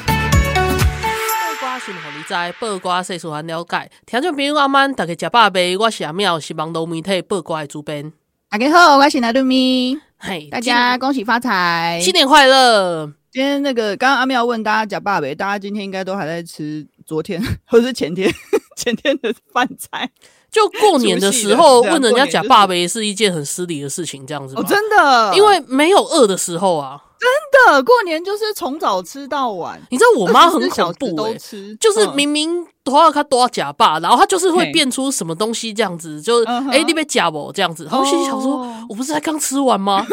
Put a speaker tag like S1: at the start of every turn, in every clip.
S1: 报歌想互你知，报歌世事咱了解。听众朋友阿曼，大家食饱未？我是阿妙，是网络媒体报歌的主编。
S2: 大家好，我是拿杜咪，
S1: 嘿，
S2: 大家恭喜发财
S1: 新新！年快乐！
S2: 今天那个刚刚阿妙问大家假爸呗，大家今天应该都还在吃昨天 或是前天前天的饭菜
S1: 就过年的时
S2: 除
S1: 候
S2: 夕的
S1: 问人
S2: 对啊
S1: 家假
S2: 过年就是
S1: 爸呗，是一件很失礼的事情，这样子吗
S2: 哦，真的，
S1: 因为没有饿的时候啊，
S2: 真的过年就是从早吃到晚，
S1: 你知道我妈很
S2: 24小
S1: 恐
S2: 时
S1: 怖哎、
S2: 都吃，
S1: 就是
S2: 嗯
S1: 明明多少她多少假爸，然后她就是会
S2: 嘿
S1: 变出什么东西这样子，就是
S2: 嗯哼
S1: 哎、你被假不这样子，然后我心里想说
S2: 哦，
S1: 我不是才刚吃完吗？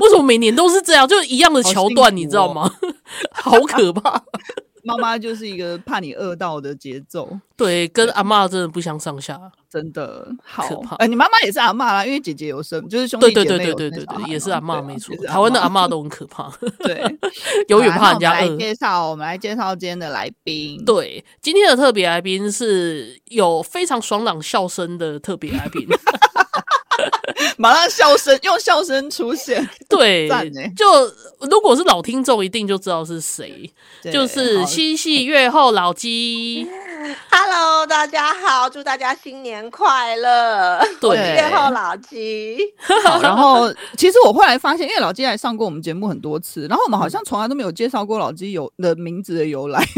S1: 为什么每年都是这样，就一样的桥
S2: 好
S1: 段，
S2: 幸福哦
S1: 你知道吗？ 好可 怕，
S2: 妈妈就是一个怕你饿到的节奏，
S1: 对，跟阿嬷真的不相上下。
S2: 真的好
S1: 可怕
S2: 呃，你妈妈也是阿妈啦，因为姐姐有生，就是兄
S1: 对
S2: 弟
S1: 对
S2: 姐
S1: 对
S2: 妹
S1: 对
S2: 有
S1: 对
S2: 生
S1: 对
S2: 小
S1: 对，
S2: 孩
S1: 也是
S2: 嘛
S1: 阿嬷
S2: 啊对
S1: 没
S2: 也
S1: 错
S2: 是，
S1: 台湾的阿
S2: 嬷
S1: 嬷都很可 怕，
S2: 对。
S1: 永远
S2: 好
S1: 怕人
S2: 那
S1: 家
S2: 我
S1: 饿
S2: 们来。介绍，我们来介绍今天的来宾。
S1: 对，今天的特别来宾是有非常爽朗笑声的特别来宾，
S2: 马上笑声，用笑声出现。
S1: 对
S2: 赞欸，
S1: 就如果是老听众，一定就知道是谁，
S2: 对
S1: 就是
S2: 好
S1: 嬉戏月后老 鸡，
S3: Hello，大家好，祝大家新年快乐！我是
S1: 对，
S3: 月后老鸡，
S2: 好 然后，其实我后来发现，因为老鸡来上过我们节目很多次，然后我们好像从来都没有介绍过老鸡有的名字的由来。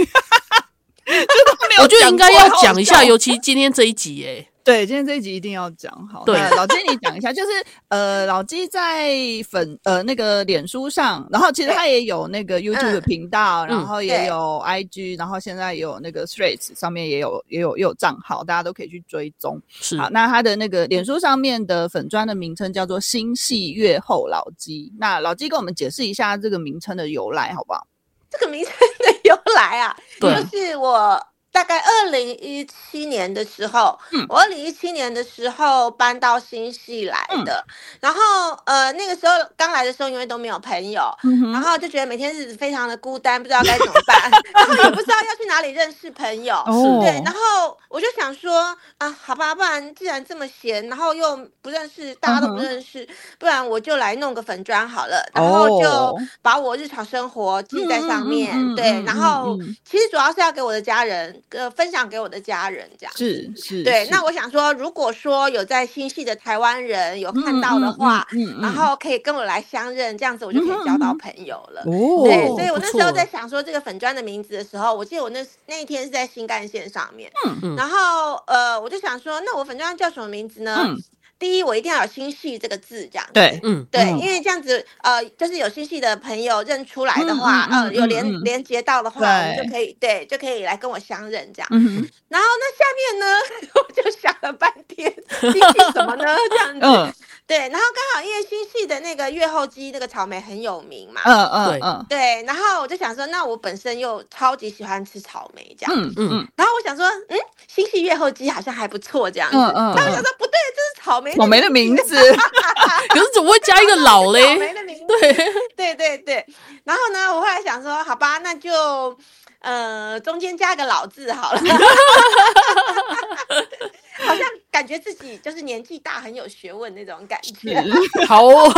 S2: 就是都没有
S1: 我觉得
S2: 讲
S1: 应该
S2: 过
S1: 要
S2: 好好
S1: 讲一
S2: 笑
S1: 下，尤其今天这一集，哎，
S2: 对，今天这一集一定要讲好。
S1: 对
S2: 那老鸡你讲一下，就是呃，老鸡在粉呃那个脸书上，然后其实他也有那个 YouTube
S1: 嗯
S2: 频道，然后也
S3: 对
S2: 有 IG，然后现在也有那个 Threads 上面也有也有也有账号，大家都可以去追踪。
S1: 是
S2: 好，那他的那个脸书上面的粉砖的名称叫做“新系月后老鸡”。那老鸡跟我们解释一下这个名称的由来，好不好？
S3: 这个名称的由来啊，
S1: 对
S3: 就是我大概二零一七年的时候，
S2: 嗯
S3: 我二零一七年的时候搬到新系来
S2: 嗯
S3: 的，然后呃那个时候刚来的时候，因为都没有朋友，
S2: 嗯
S3: 然，后就觉得每天日子非常的孤单，不知道该怎么 办，然后也不知道要去哪里认识朋友。
S2: 哦
S3: 对，然后我就想说啊，好吧，不然既然这么闲，然后又不认识，大家都
S2: 嗯
S3: 不
S2: 哼
S3: 认识，不然我就来弄个粉砖好了，然后
S2: 哦
S3: 就把我日常生活记在上面，
S2: 嗯嗯嗯嗯
S3: 对，
S2: 嗯
S3: 然后
S2: 嗯嗯
S3: 其实主要是要给我的家人，呃，分享给我的家人这样。
S2: 是是，
S3: 对，
S2: 是
S3: 那我想说，如果说有在新系的台湾人有看到的话，，
S2: 嗯嗯嗯嗯嗯
S3: 然后可以跟我来相认，这样子我就可以交到朋友了。
S2: 哦，
S3: 对，所以我那
S1: 不
S3: 时候
S1: 错
S3: 在想说这个粉砖的名字的时候，我记得我那那一天是在新干线上面，
S2: 嗯
S1: 嗯
S3: 然后呃，我就想说，那我粉砖叫什么名字呢？
S2: 嗯
S3: 第一，我一定要有新系这个字，这样子
S2: 对，
S1: 嗯，
S3: 对，
S2: 嗯
S3: 因为这样子，呃，就是有新系的朋友认出来的
S2: 嗯
S3: 话，
S2: 嗯嗯
S3: 呃，有
S2: 嗯
S3: 连、
S2: 嗯
S3: 连接到的话，我
S2: 对
S3: 们就可以对，就可以来跟我相认这样。
S2: 嗯哼
S3: 然后那下面呢， 我就想了半天，新系什 么呢？这样子，
S2: 嗯
S3: 对。然后刚好因为新系的那个月后鸡那个草莓很有名嘛，
S2: 嗯嗯
S1: 对
S2: 嗯
S3: 对，然后我就想说，那我本身又超级喜欢吃草莓这样，
S2: 嗯嗯嗯，
S3: 然后我想说，嗯，新系月后鸡好像还不错这样子，
S2: 嗯嗯
S3: 但我
S2: 嗯
S3: 想说不对，这是草莓，
S2: 草莓的名字，
S1: 可是怎么会加一个老
S3: 草
S1: 嘞？
S3: 莓的名字，
S1: 对，
S3: 对对对。然后呢，我后来想说，好吧，那就呃中间加个老字好了， 好像感觉自己就是年纪大很有学问那种感觉，
S1: 好 哦，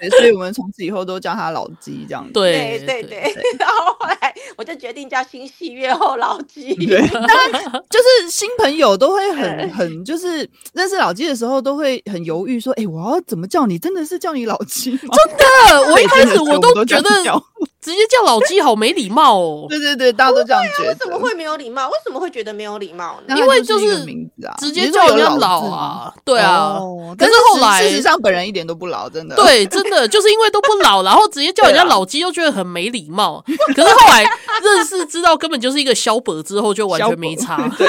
S2: 对所以我们从此以后都叫他老鸡这样子。
S1: 对
S3: 对对。 然后后来我就决定叫新系月后老 鸡。
S2: 对，当然就是新朋友都会很很，就是认识老鸡的时候都会很犹豫，说：“哎、我要怎么叫你？真的是叫你老鸡吗？”真的，
S1: 呃我一开始我都
S2: 都
S1: 觉
S2: 这
S1: 得
S2: 样叫
S1: 直接叫老鸡好没礼貌哦，
S2: 对对对，大家都这样觉得。
S3: 为什么会没有礼貌？为什么会觉得没有礼貌呢
S2: 那？
S1: 因
S2: 它
S1: 为
S2: 就
S1: 就是
S2: 一个名字啊，
S1: 直
S2: 你
S1: 接
S2: 是
S1: 叫
S2: 说
S1: 人
S2: 有
S1: 家
S2: 老
S1: 老
S2: 字吗
S1: 啊，对啊，
S2: 哦
S1: 可是
S2: 实
S1: 后来
S2: 事实上本人一点都不老，真的。
S1: 对，真的就是因为都不老，然后直接叫人家老鸡，又觉得很没礼貌。 可是后来认识知道根本就是一个 萧伯之后，就完全没差，
S2: 对，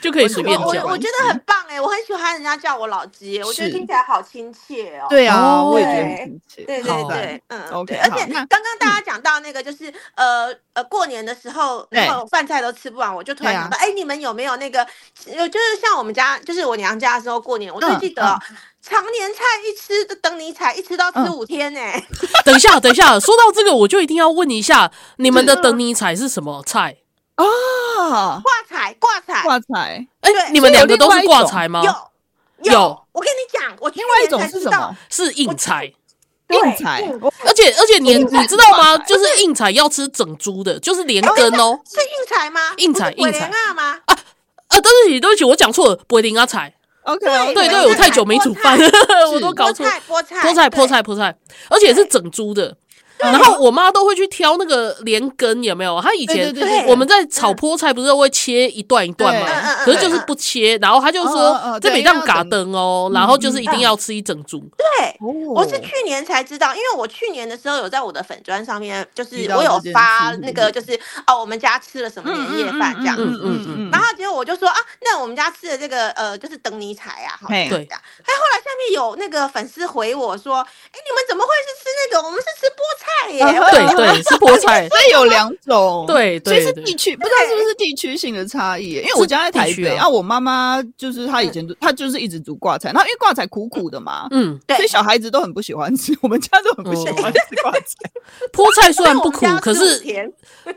S1: 就可以随便
S3: 我
S1: 叫
S3: 我。觉得很棒哎、我很喜欢人家叫我老鸡，我觉得
S2: 是
S3: 听起来好亲切哦。
S2: 对啊，
S1: 哦
S2: 我也觉得很亲切。
S3: 对
S2: 好
S3: 对对，嗯
S2: OK，
S3: 对而
S2: 好
S3: 且
S2: 那
S3: 刚刚大
S1: 嗯
S3: 家讲到那个，就是呃呃，过年的时候，
S2: 对
S3: 然后饭菜都吃不完，我就突然
S2: 对啊
S3: 想到，哎，你们有没有那个，呃就是像我们家，就是我娘家的时候过年，我最
S2: 嗯
S3: 记得哦常年菜一吃，就等你采一吃到吃
S2: 嗯
S3: 五天呢。
S1: 等一下，等一下，说到这个，我就一定要问一下，你们的等你彩是什么菜？
S2: 啊，
S3: 挂彩挂彩
S2: 挂彩，
S1: 哎、
S3: 对
S1: 你们两个都是
S2: 所以有另外
S1: 挂
S2: 一种
S1: 彩吗？
S3: 有
S1: 有
S3: 我跟你讲，我去
S2: 另外一
S3: 年
S2: 种
S3: 才
S2: 是
S3: 知
S2: 什
S3: 道
S2: 么？
S1: 是硬菜，
S3: 对
S2: 硬菜
S3: 硬
S1: 而且而且你
S2: 硬菜
S1: 你知道吗？
S2: 挂彩
S1: 就是硬彩要吃整株的，就是连根 哦。
S3: 哎是硬彩吗？
S1: 硬彩
S3: 不是
S1: 硬彩
S3: 鬼莲啊吗？
S1: 啊，对不起，对不起，我讲错了，柏林阿彩。
S2: OK，
S1: 对
S3: 对
S1: 对，我太久没煮饭了， 我都搞
S3: 菠
S1: 错。
S3: 菜菠菜
S1: 菠菜
S3: 对
S1: 菠菜菠菜，而且是整株的。然后我妈都会去挑那个连根，有没有？她以前
S2: 对对对
S3: 对
S1: 我们在炒菠菜不是都会切一段一段
S2: 对
S3: 嗯
S1: 嘛
S3: 嗯，嗯
S1: 可是就是不切。然后她就
S2: 嗯嗯
S1: 说
S2: 嗯
S1: 这
S2: 对
S1: 每当嘎灯哦，然后就是一定要吃一整株。
S3: 对。我
S2: 我
S1: 哦
S3: 是去年才知道，因为我去年的时候有在我的粉砖上面，就是
S2: 提到
S3: 我有
S2: 这件
S3: 发
S2: 事
S3: 那个，就是哦，我们家吃了什么年夜饭这样。
S1: 嗯
S3: 然后结果我就说啊，那我们家吃的这个呃，就是等你采啊，好
S2: 嘿
S3: 这样。还后来下面有那个粉丝回我说，哎，你们怎么会是吃那个？我们是吃菠菜耶。
S2: 嗯
S3: 我
S1: 对对，是菠菜。
S2: 所以有两种，
S1: 对
S2: 所以
S1: 对
S2: 是
S1: 对
S2: 地区，不知道是不是地区性的差异欸耶，因为我家在台
S1: 地区
S2: 北，
S1: 啊
S2: 啊，我妈妈就是她以前就她就是一直煮挂菜，然后因为挂菜苦苦的嘛，
S1: 嗯，
S3: 对
S2: 所以小孩子都很不喜欢吃，我们家都很不喜
S1: 哦
S2: 欢吃挂菜，
S1: 菠菜虽然不苦
S3: 但我，们家
S1: 可
S3: 吃五
S1: 是
S3: 天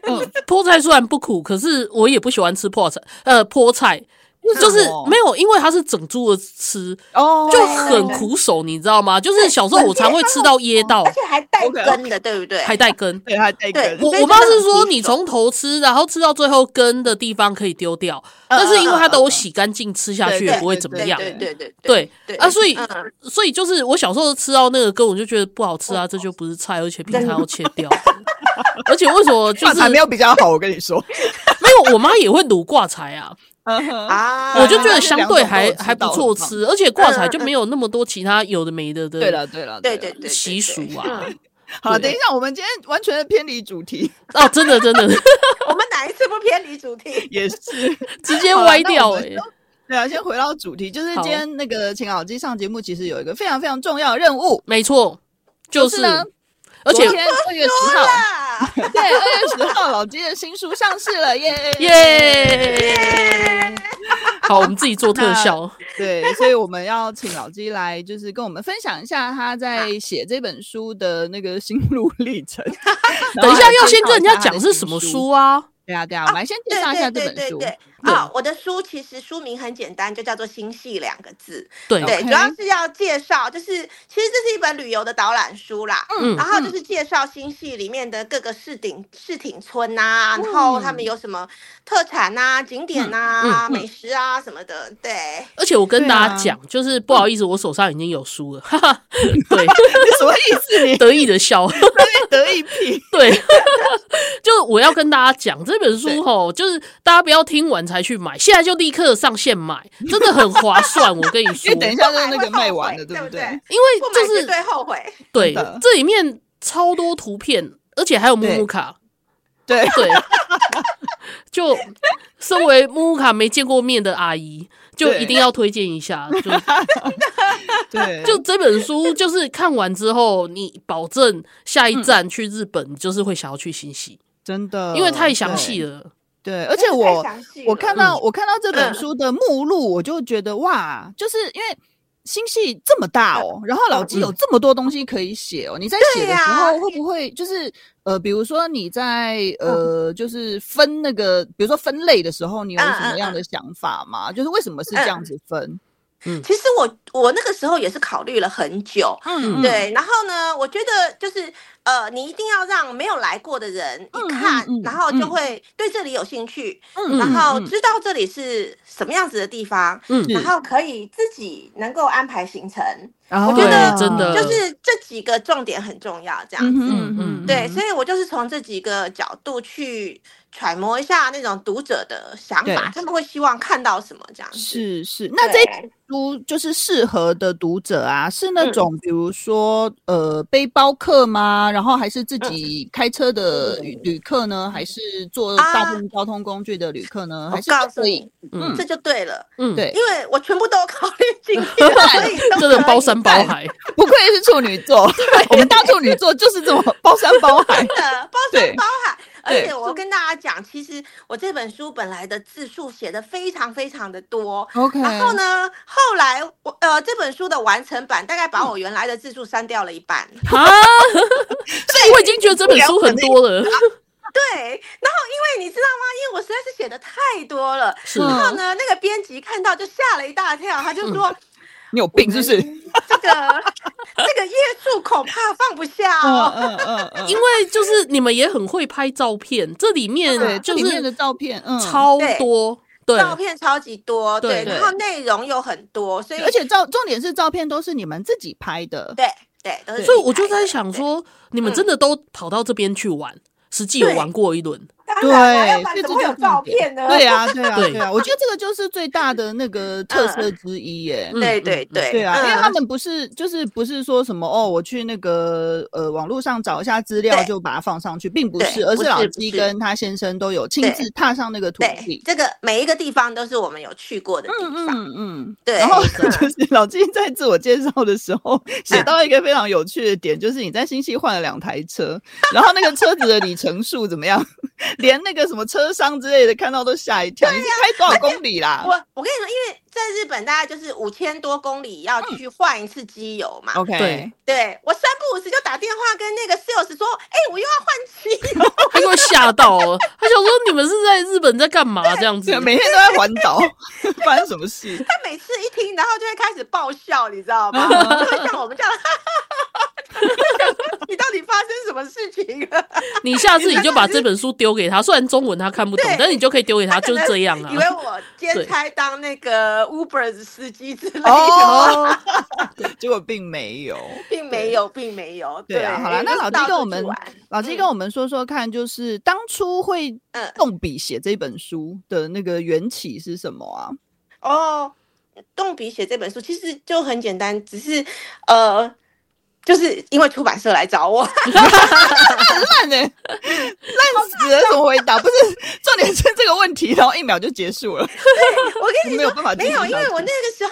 S1: 嗯，菠菜虽然不苦，可是我也不喜欢吃菠菜。呃，菠菜就是
S2: 为什么
S1: 没有，因为它是整株的吃，
S2: 哦
S1: 就很苦手，你知道吗？就是小时候我常会吃到噎到
S3: 而且还带
S2: OK
S3: 根的，对不对？
S1: 还带根。
S2: 对，还带
S3: 对
S2: 根，
S1: 我
S3: 所以
S1: 我妈
S3: 真
S1: 是
S3: 的很
S1: 说
S3: 棘
S1: 你
S3: 手
S1: 从头吃，然后吃到最后根的地方可以丢掉，
S3: 嗯
S1: 但是因为它都有洗干净，吃下去
S2: 对
S1: 也
S2: 对
S1: 不会怎么
S3: 对
S1: 样。
S3: 对对对
S1: 对
S3: 对
S1: 啊，所以
S3: 嗯
S1: 所以就是我小时候吃到那个根，我就觉得不好吃啊，这就不是菜，而且平常要切 掉。而且为什么就
S2: 挂
S1: 是
S2: 菜没有比较好，我跟 你说，
S1: 没有？我妈也会卤挂柴啊，
S2: 啊，
S3: 啊，
S1: 我就觉 得相对
S2: 那
S1: 还
S2: 两种都有吃到
S1: 还不错吃，而且挂彩就没有那么多其他有的没的的
S2: 对了对了，
S3: 嗯对
S2: 了
S3: 对对嗯
S1: 习俗啊。
S2: 好了，
S1: 对
S2: 等一下，我们今天完全偏离主题，
S1: 哦，真的真的
S3: 我们哪一次不偏离主题？
S2: 也是。
S1: 直接
S2: 好啦
S1: 歪
S2: 那
S1: 掉
S2: 我们
S1: 哎、
S2: 就对啊，先回到主题，就是
S1: 好
S2: 今天那个秦老鸡上节目，其实有一个非常非常重要的任务，
S1: 没错，就
S2: 就是是呢，
S1: 而且
S2: 昨天二月十号，
S3: 啊，
S2: 对，二月十号老鸡的新书上市了，耶！
S1: 耶，好，我们自己做特效，
S2: 对，所以我们要请老鸡来，就是跟我们分享一下他在写这本书的那个心路历 程。然
S1: 等
S2: 后
S1: 一下
S2: 还
S1: 要先
S2: 介绍
S1: 跟人家
S2: 他的
S1: 讲是
S2: 新
S1: 什么书
S2: 书。
S1: 啊？
S2: 对啊，对啊，我们来先介绍一下这本书。
S3: 对对对对
S1: 对
S3: 啊，我的书其实书名很简单，就叫做“心系”两个字。
S1: 对，
S3: 对，
S2: OK
S3: 主要是要介绍，就是其实这是一本旅游的导览书啦。
S1: 嗯
S3: 然后就是介绍新系里面的各个市町市町村呐、
S2: 嗯
S3: 然后他们有什么特产呐、景点呐、
S1: 嗯
S3: 美食啊什么的。对，
S1: 而且我跟
S2: 对
S1: 大
S2: 啊
S1: 家讲，就是不好意思，我手上已经有书了，哈哈，对，
S2: 你什么意思？ 你
S1: 得意的笑。
S2: 得意屁？
S1: 对， 就我要跟大家讲这本书吼，就是大家不要听完才去买，现在就立刻上线买，真的很划算。我跟你
S2: 因
S1: 说，
S2: 为等一下就是那个
S3: 不买
S2: 卖
S3: 会后
S2: 完
S3: 悔
S2: 了，
S3: 对
S2: 不
S3: 不
S2: 对？
S3: 对？
S1: 因为
S3: 不买
S1: 就是
S3: 绝对后悔。
S1: 对
S2: 的
S1: 这里面超多图片，而且还有木木卡，
S2: 对，
S1: 对， 就身为木木卡没见过面的阿姨，就
S2: 对
S1: 一定要推荐一 下，就
S2: 对，
S1: 就这本书，就是看完之后，你保证下一站去日本，你就是会想要去新西，
S2: 真的，
S1: 因为太详细了。
S2: 对。对，而且
S3: 太
S2: 我
S3: 详细
S2: 我
S3: 了嗯
S2: 看到我看到这本书的目录，我就觉得哇，就是因为。星系这么大哦，然后老纪有这么多东西可以写哦。你在写的时
S3: 嗯对
S2: 候
S3: 呀
S2: 会不会就是呃，比如说你在
S3: 嗯
S2: 呃，就是分那个，比如说分类的时候，你有
S3: 嗯
S2: 什么样的想法吗？就是为什么是这样子分？
S3: 其实我我那个时候也是考虑了很久，
S2: 嗯，
S3: 对，然后呢，我觉得就是呃，你一定要让没有来过的人一看，
S2: 嗯嗯嗯
S3: 然后就
S2: 嗯
S3: 会对这里有兴趣，
S2: 嗯，
S3: 然
S2: 嗯
S3: 后
S2: 嗯
S3: 知道这里是什么样子的地方，
S1: 嗯
S3: 然
S2: 是
S3: 后可以自己能够安排行程，
S2: 然后
S3: 我觉得
S1: 真的
S3: 就是这几个重点很重要，这样
S2: 嗯
S3: 子。
S2: 哼嗯
S1: 嗯
S2: 哼，
S3: 对，所以我就是从这几个角度去揣摩一下那种读者的想
S2: 对
S3: 法，他们会希望看到什么这样子。
S2: 是是。那这一
S3: 对
S2: 书就是适合的读者啊，是那
S3: 嗯
S2: 种比如说呃背包客吗？然后还是
S3: 嗯
S2: 自己开车的旅旅客呢？还是坐
S3: 啊
S2: 大众交通工具的旅客呢？
S3: 我
S2: 还是
S3: 告
S2: 都
S3: 诉
S2: 可哦以
S3: 你？，这就对了，
S1: 嗯，
S2: 对
S3: 因为我全部都有考虑进去了，所以都
S1: 真的
S3: 可
S1: 包
S3: 以
S1: 山包 海，
S2: 不愧是处女 座，我们当处女座就是这么包山包海。
S3: 真的啊包
S2: 对
S3: 山包海。而
S2: 对
S3: 且我跟大家讲，其实我这本书本来的字数写的非常非常的多。
S2: 嗯 OK，
S3: 然后呢？后来我呃，这本书的完成版大概把我原来的字数删掉了一半。
S1: 啊，我已经觉得这本书很多了，
S3: 对，然后因为你知道吗？因为我实在是写的太多了。
S1: 是
S3: 然后呢，那个编辑看到就吓了一大跳，他就说：“
S2: 你有病是不是？
S3: 这个 这个页数恐怕放不下
S2: 嗯
S3: 哦。
S2: 嗯嗯嗯，
S1: 因为就是你们也很会拍照片，这里
S2: 对，
S1: 面
S2: 这
S1: 就
S2: 里面的
S1: 是
S2: 照片，嗯，
S1: 超多，对，
S3: 照片超级多，
S1: 对
S3: 对，
S2: 对
S3: 然后内容又很多，所以
S2: 而且照重点是照片都是你们自己拍的，
S3: 对对都是。
S1: 所以我就在想，说，你们真的都跑到这边去玩，实际有玩过一轮，
S3: 当
S2: 对，
S3: 然啊啦要不
S2: 所以这
S3: 然怎么会
S2: 就
S3: 有
S2: 是
S3: 照
S2: 重点
S3: 片呢？
S2: 对啊，对啊，
S1: 对
S2: 对啊，我觉得这个就是最大的那个特色之一耶。
S1: 嗯
S3: 对对嗯对，
S2: 对啊，因为
S3: 嗯
S2: 他们不是就是不是说什么哦，我去那个呃网络上找一下资料
S3: 对
S2: 就把它放上去，并不
S3: 对
S2: 是，而是
S3: 不是
S2: 老
S3: 不
S2: 鸡
S3: 是
S2: 跟他先生都有亲
S3: 对
S2: 自踏上那个土
S3: 对
S2: 地。
S3: 这个每一个地方都是我们有去过的地
S2: 嗯
S3: 方。
S2: 嗯嗯，
S3: 对
S2: 然后
S3: 嗯
S2: 就是老金在自我介绍的时候写
S3: 嗯
S2: 到一个非常有趣的点，就是你在新西换了两台车，然后那个车子的里程数怎么样？ 连那个什么车商之类的看到都吓一跳，你是开多少公里啦
S3: 我我跟你说，因为在日本大概就是五千多公里要去换一次机油嘛。
S2: ？OK，
S1: 对
S3: 对我三不五时就打电话跟那个 sales 说，哎、我又要换机油。
S1: 他给我吓到了，他想说你们是在日本在干嘛这样子
S2: 对，？啊每天都在环岛，发生什么事？
S3: 他每次一听，然后就会开始爆笑，你知道吗？
S1: 嗯
S3: 就会像我们这样， 哈哈哈哈哈哈就想说你到底发生什么事情了？
S1: 你下次你就把这本书丢给他，虽然中文他看不懂
S3: 对，
S1: 但你就可以丢给他，就是这样
S3: 以为
S1: 啊。
S3: 我兼差当那个 Uber 司机之类的，
S2: 哦， 结果并没有。
S3: 并没有，并没有。
S2: 对啊，好啦，那老
S3: 弟
S2: 鸡跟我们老鸡跟我们说说看，就是当初会
S3: 嗯
S2: 动笔写这本书的那个缘起是什么啊？
S3: 哦，动笔写这本书其实就很简单，只是呃，就是因为出版社来找我，
S2: 烂呢、烂死了，怎么回答？不是，重点是这个问题，然后一秒就结束了。
S3: 我跟你
S2: 没有
S3: 说，
S2: 办法继
S3: 没
S2: 续
S3: 有，
S2: 下
S3: 因为
S2: 去
S3: 我那个时候，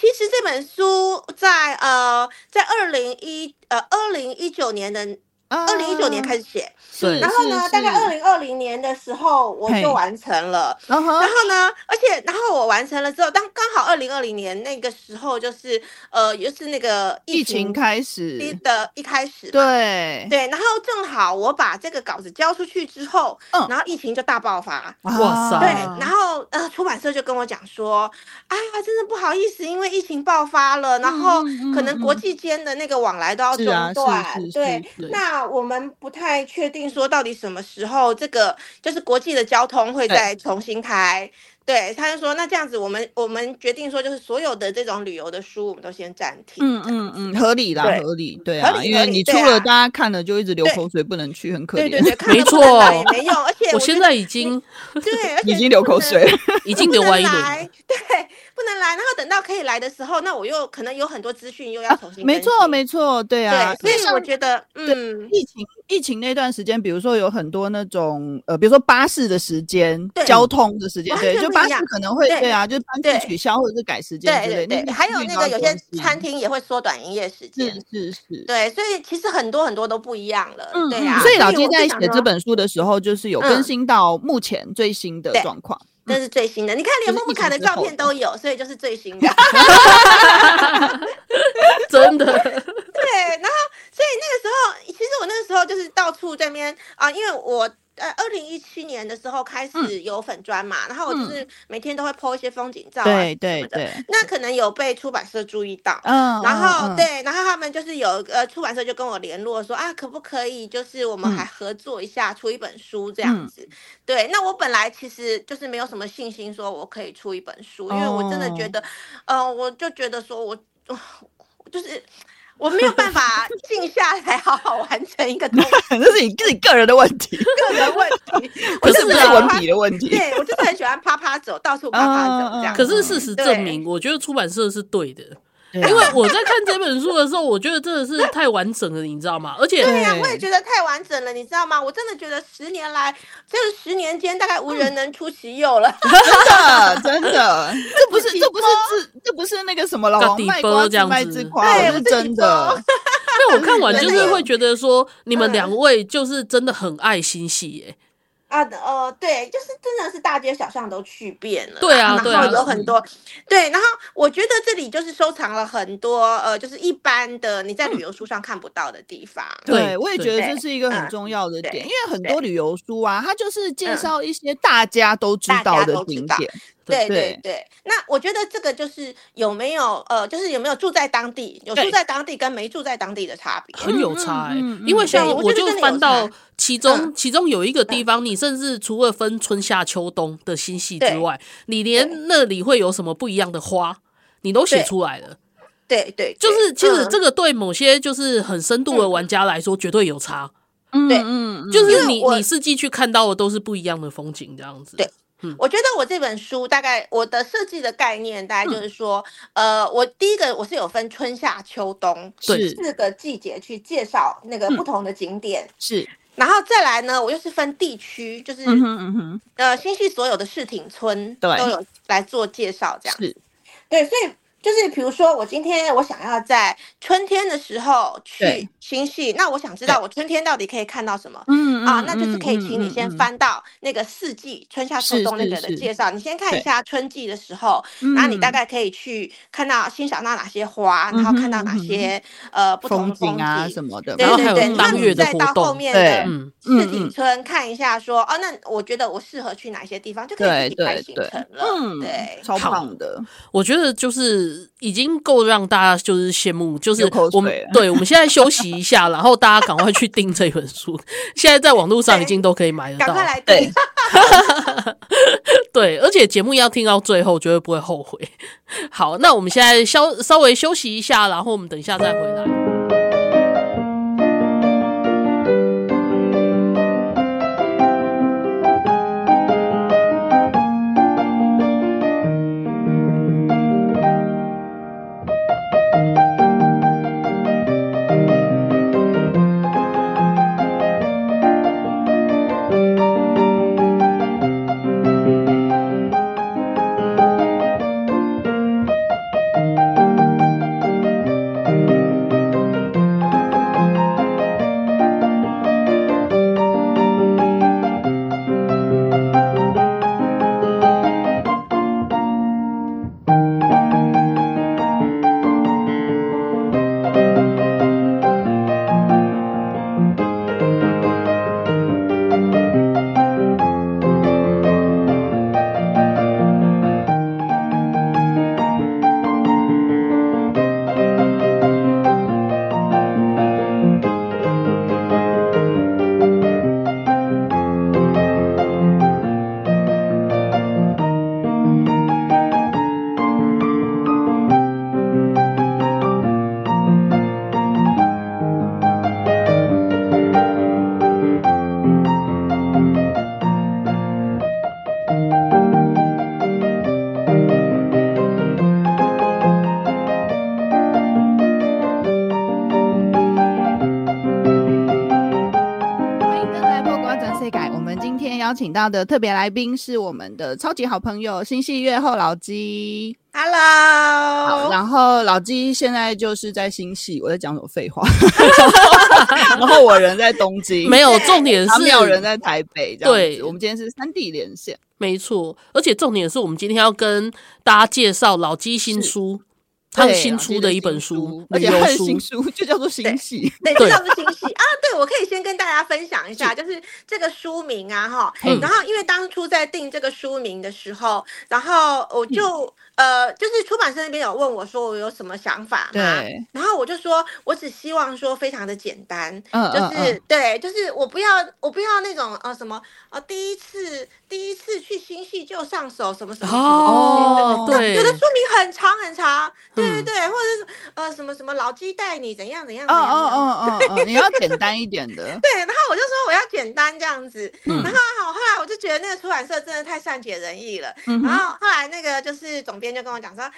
S3: 其实这本书在呃，在二零一呃二零一九年的二
S2: 二
S3: 零一九年开
S2: 始，
S3: 始写，
S1: 对
S3: 然后呢，大概二，零二零年的时候我
S2: 嘿
S3: 就完成了。
S2: 然后
S3: 然后呢，而且然后我完成了之后，当刚好二零二零年那个时候，就是呃，就是那个
S2: 疫
S3: 情
S2: 情开
S3: 一
S2: 始，
S3: 的一开始，
S2: 对，
S3: 对，然后正好我把这个稿子交出去之后，
S2: 嗯
S3: 然后疫情就大爆发，
S1: 哇塞
S3: 对
S2: 啊，
S3: 然后呃，出版社就跟我讲说，啊，真的不好意思，因为疫情爆发了，然后
S2: 嗯嗯
S3: 可能国
S2: 嗯
S3: 际间的那个往来都要
S2: 是
S3: 中
S2: 啊是
S3: 断，
S2: 是
S3: 对
S2: 是对，
S3: 那我们不太确定说到底什么时候这个就是国际的交通会
S2: 对
S3: 再重新开。对，他就说那这样子，我们我们决定说，就是所有的这种旅游的书，我们都先暂停。
S2: 嗯嗯嗯，合理啦，
S3: 对
S2: 合理，对
S3: 合
S2: 啊，
S3: 理
S2: 因
S3: 合
S2: 为
S3: 理
S2: 你出
S3: 对
S2: 了，
S3: 啊
S2: 大家看了就一直流
S3: 对
S2: 口水，不能去，很可
S3: 对
S2: 怜。
S3: 对对，看
S1: 没
S3: 了不能来
S1: 错
S3: 也没用，而且
S1: 我
S3: 觉
S1: 现
S3: 得
S1: 在已经
S3: 对，而且
S2: 已经流
S3: 不
S2: 口
S3: 能
S2: 水了，
S1: 已经
S3: 不
S1: 流
S3: 能
S1: 完一轮了，
S3: 来，对，不能来。然后等到可以来的时候，那我又可能有很多资讯又要重新、
S2: 啊没错没错，对啊
S3: 对，，所以
S2: 像
S3: 我觉得，嗯，
S2: 疫情疫情那段时间，比如说有很多那种呃，比如说巴士的时间、
S3: 对
S2: 交通的时间，
S3: 完
S2: 对，
S3: 全
S2: 就
S3: 不
S2: 巴
S3: 一样
S2: 士可能会
S3: 对
S2: 对啊，就是班次
S3: 对
S2: 取消或者是改时间之
S3: 对
S2: 类。
S3: 对对，
S2: 个
S3: 还
S2: 是
S3: 有
S2: 遇
S3: 那
S2: 到
S3: 个有
S2: 的
S3: 些
S2: 东西
S3: 餐厅也会缩短营业时
S2: 是
S3: 间。
S2: 是是。
S3: 对，所以其实很多很多都不一样了，
S2: 嗯，
S3: 对啊。
S2: 嗯所以老
S3: 我
S2: 季
S3: 就
S2: 在
S3: 想
S2: 写这
S3: 说，
S2: 本书的时候，就是有更
S3: 嗯
S2: 新到目前最新的
S3: 对
S2: 状况。
S3: 这是最新的，你看
S2: 就是
S3: 连莫
S2: 疫
S3: 木
S2: 情
S3: 卡的
S2: 之
S3: 照
S2: 后
S3: 片都有，所以就是最新 的。
S1: 真的。
S3: 对，然后所以那个时候，其实我那个时候就是到处在那边啊、因为我呃，二零一七年的时候开始
S2: 嗯
S3: 有粉砖嘛，然后我就是每天都会 po 一些风景照、啊，
S2: 对对
S3: 么的
S2: 对，
S3: 那可能有被出版社注意到。
S2: 嗯，
S1: 哦
S3: 然后、
S2: 嗯，
S3: 对，然后他们就是有呃，出版社就跟我联络说啊，可不可以就是我们
S2: 嗯
S3: 还合作一下，出一本书这
S2: 嗯
S3: 样子、对，那我本来其实就是没有什么信心说我可以出一本书，因为我真的觉
S2: 哦
S3: 得，呃，我就觉得说我，我就是我没有办 法静下来好好完成一个东西
S2: 这是你自己个人的问 题，
S3: 个人问 题。
S2: 不
S1: 可
S2: 是
S1: 是
S2: 不是
S1: 啊
S2: 文笔的问题。
S3: 对我就是很喜欢啪啪走，到处啪啪走这样。
S1: 嗯可是事实证明，我觉得出版社是对的，因为我在看这本书的时候，我觉得真的是太完整了，你知道吗？而且
S3: 对呀、啊我也觉得太完整了，你知道吗？我真的觉得十年来，这十年间大概无
S1: 嗯
S3: 人能出其 右了。
S2: 真的，真的，这不是这不是自这不是那个什么老王卖瓜自卖自夸，
S3: 对
S2: 我是真的。
S1: 被我看完就
S3: 真的
S1: 是
S3: 有
S1: 会觉得说，你们两位就是真的很爱新戏耶。
S3: 啊，呃，对，就是真的是大街小巷都去遍了啦，
S1: 对啊对
S3: 然
S1: 啊
S3: 后有很多，对，然后我觉得这里就是收藏了很多，呃，就是一般的你在旅游书上看不到的地方，
S1: 对
S2: 对，我也觉得
S3: 对
S2: 这是一个很
S3: 嗯
S2: 重要的
S3: 对
S2: 点，因为很多
S3: 对
S2: 旅游书啊，它就是介
S3: 嗯
S2: 绍一些大家都知
S3: 大
S2: 道
S3: 家
S2: 的
S3: 都知
S2: 景
S3: 道
S2: 点。对
S3: 对对对，那我觉得这个就是有没有呃，就是有没有住在当地，有
S1: 对
S3: 住在当地跟没住在当地的差别。
S1: 很有差、欸
S2: 嗯嗯嗯
S1: 因为像
S3: 对
S1: 我
S3: 我觉得
S1: 就
S3: 真的有
S1: 翻到
S3: 差
S1: 其中，
S3: 嗯
S1: 其中有一个地方，你甚至除了分春夏秋冬的星系之
S3: 对
S1: 外，你连那里会有什么不一样的花，你都写
S3: 对嗯
S1: 出来了。
S3: 对对，
S1: 就是其实这
S3: 个、
S1: 个对某些就是很深度的玩家来说，绝对有差。
S2: 嗯
S3: 对
S2: 嗯，
S1: 就
S3: 因
S1: 是
S3: 为
S1: 你
S3: 我
S1: 你四季去看到的都是不一样的风景，这样子。
S3: 对我觉得我这本书大概我的设计的概念大
S2: 嗯
S3: 概就是说，呃，我第一个我是有分春夏秋冬
S1: 对
S2: 是
S3: 四个季节去介绍那个
S2: 嗯
S3: 不同的景点，
S2: 是，
S3: 然后再来呢，我又是分地区，就是、
S2: 嗯哼嗯哼，
S3: 呃新系所有的市町村
S2: 对
S3: 都有来做介绍，这样
S2: 是
S3: 对，所以就是比如说，我今天我想要在春天的时候
S2: 对
S3: 去新系，那我想知道我春天到底可以看到什么。
S2: 嗯
S3: 啊，那就是可以请你先。
S2: 嗯嗯嗯嗯嗯
S3: 翻到那个四季、春夏秋
S2: 是
S3: 冬那
S2: 是
S3: 个的
S2: 是
S3: 介绍，你先看
S2: 对
S3: 一下春季的时候，
S2: 嗯
S3: 那你大概可以去看到、欣赏到哪些花，然后看到哪
S2: 嗯哼嗯哼
S3: 些呃不同
S2: 风
S3: 的
S2: 景啊
S3: 景
S2: 什么的，
S3: 对
S1: 然后
S3: 对
S1: 还有
S3: 对，
S1: 当
S3: 那你
S1: 月的
S3: 再
S1: 活
S3: 到后
S1: 动
S3: 面
S2: 对
S3: 的
S1: 嗯，
S3: 四
S2: 嗯
S3: 景
S2: 嗯
S3: 村看一下说，哦，那我觉得我适合去哪些地方，就可
S2: 对
S3: 以自己排
S2: 对
S3: 行
S2: 对
S3: 程，了。
S2: 嗯，
S3: 对，
S2: 超
S1: 好
S2: 棒的，
S1: 我觉得就是已经够让大家就是羡慕，就是
S2: 流口
S1: 我们
S2: 水了
S1: 对我们现在休息一下，然后大家赶快去订这本书，现在在网络上已经都可以买得
S3: 赶
S1: 到。
S3: 快来
S2: 对
S3: 订
S1: 对，而且节目要听到最后，绝对不会后悔。 好，那我们现在稍稍微休息一下，然后我们等一下再回 来。
S2: 欢迎登来破瓜转世改。我们今天邀请到的特别来宾是我们的超级好朋友新戏月后老鸡。好，
S3: ，Hello，
S2: 然后老鸡现在就是在新戏，我在讲什么废话？ 然后我人在东京，
S1: 没有，重点
S2: 然后
S1: 是
S2: 没有人在台北，这样
S1: 对
S2: 子我们今天是三地连线，
S1: 没错，而且重点是我们今天要跟大家介绍老鸡新书，他们
S2: 对
S1: 新
S2: 老鸡
S1: 出
S2: 的
S1: 一本
S2: 新
S1: 书
S2: 书，，
S1: 旅
S2: 而且
S1: 游
S2: 他的
S1: 书。
S2: 新书啊就叫做新戏。
S3: 对，
S1: 对
S3: 这倒是惊喜啊！对，我可以先跟大家分享一下，就是这个书名啊，哈
S1: 嗯，
S3: 然后因为当初在定这个书名的时候，然后我就
S2: 嗯
S3: 呃，就是出版社那边有问我说我有什么想法嘛，
S2: 对，
S3: 然后我就说我只希望说非常的简单，
S2: 嗯
S3: 就
S2: 嗯
S3: 是
S2: 嗯，
S3: 对，就是我不要我不要那种呃什么呃第一次第一次去新戏就上手什么什么什么
S1: 哦，
S2: 哦
S1: 对
S3: 有，的书名很长很长，对，对对对，或者是呃什么什么老鸡带你怎样怎样
S2: 嗯 哦
S3: 怎样怎样。。
S2: 哦哦哦哦，你要简单一点的
S3: 对，然后我就说我要简单这样子，
S2: 嗯
S3: 然后好，后来我就觉得那个出版社真的太善解人意了，
S2: 嗯
S3: 然
S2: 哼，
S3: 后后来那个就是总编就跟我讲说啊，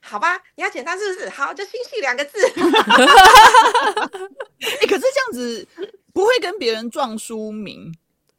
S3: 好吧，你要简单是不是？好，就“心系”两个字。
S2: 哎，可是这样子不会跟别人撞书名，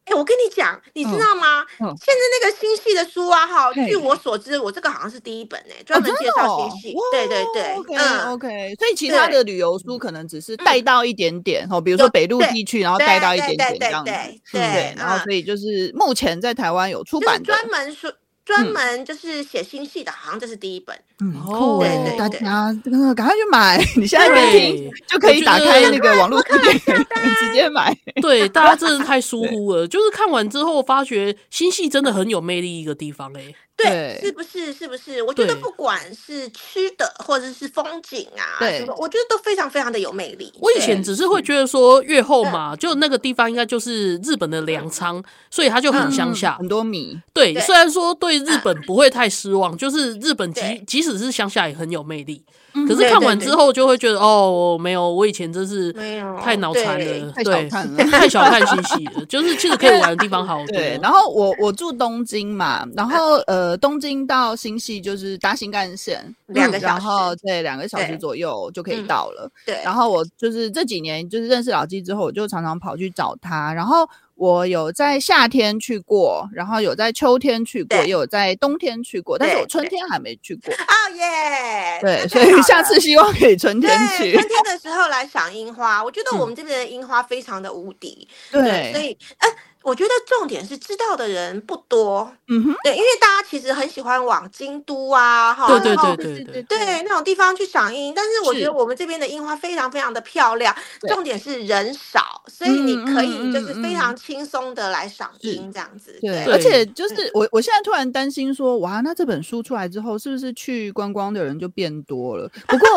S3: 哎、我跟你讲，你知道吗？
S2: 嗯嗯
S3: 现在那个新系的书啊，哈，
S2: 嘿哦
S3: 据我所知，我这个好像是第一本哎、专门介绍新系。对对对，
S2: OK 哦
S3: 嗯，
S2: OK，所以其他
S3: 对
S2: 的旅游书可能只是带到一点点哦，比如说
S3: 有
S2: 北陆
S3: 对
S2: 地区，然后
S3: 对
S2: 带到一点
S3: 对
S2: 点
S3: 对
S2: 这样子，
S3: 对
S2: 嗯
S3: 对
S2: 然后
S3: 嗯
S2: 所以就是目前在台湾有出
S3: 就是
S2: 版的，
S3: 专门说专门就是写新系的，好像这是第一本。
S2: 嗯，
S4: 哦
S2: 酷
S4: 对
S2: 哎，
S3: 对
S2: 大
S3: 对
S2: 家真的赶快去买，你现在边听
S4: 对
S2: 就可以打开
S4: 我觉得
S2: 那个网络书店， 直接买。
S4: 对，大家真的太 疏忽了。就是看完之后，发觉新戏真的很有魅力一个地方、欸，
S3: 对
S2: 对，
S3: 是不是？是不是？我觉得
S4: 对
S3: 不管是吃的或者是风景啊，
S2: 对
S3: 什么我觉得都非常非常的有魅力。
S4: 我以前只是会觉得说越后嘛，就那个地方应该就是日本的粮仓，所以它就很乡下。
S2: 很多米，
S4: 对，
S3: 嗯对嗯
S4: 虽然说对日本不会太失望，就是日本即
S3: 对
S4: 即使是乡下也很有魅力。
S2: 嗯
S4: 可是
S3: 对
S4: 看
S3: 对
S4: 完
S3: 对
S4: 之后就会觉得哦，没有，我以前真是
S3: 没有
S4: 太脑残
S3: 对
S4: 了，
S2: 太小
S4: 对，
S2: 看了
S4: 太小看西西了。就是其实可以玩的地 方好多，
S2: 对，然后我我住东京嘛，然后呃，东京到新系就是搭新干线，
S3: 两个
S2: 嗯
S3: 小
S2: 然后
S3: 时
S2: 对两个小时
S3: 对
S2: 左右就可以
S3: 嗯
S2: 到了。
S3: 对，
S2: 然后我就是这几年就是认识老纪之后，我就常常跑去找他。然后我有在夏天去过，然后有在秋天去过，
S3: 对
S2: 也有在冬天去过，但是
S3: 对
S2: 我春
S3: 对
S2: 天还没去过。
S3: 哦耶，
S2: 对，
S3: 那
S2: 所
S3: 太好
S2: 以下
S3: 了
S2: 次希望可以春天
S3: 对，
S2: 去嗯
S3: 春。天的时候来赏樱花，我觉得我们这边的樱花非常的无敌。所
S2: 对，
S3: 以哎、我觉得重点是知道的人不多，
S2: 嗯哼，
S3: 对，因为大家其实很喜欢往京都啊，哈，
S4: 对对
S3: 然后
S4: 对对对。
S3: 对那种地方去赏樱，但是我
S2: 嗯
S3: 觉
S2: 是
S3: 得我们这边的樱花非常非常的漂亮，
S2: 对
S3: 重点是人少，所以你可
S2: 嗯嗯
S3: 以就是
S2: 嗯
S3: 非
S2: 嗯
S3: 常轻松的来赏
S2: 是
S3: 樱这样子，
S2: 对，
S4: 对
S2: 而且就是我，我现在突然担心说，哇，那这本书出来之后，是不是去观光的人就变多了？不过，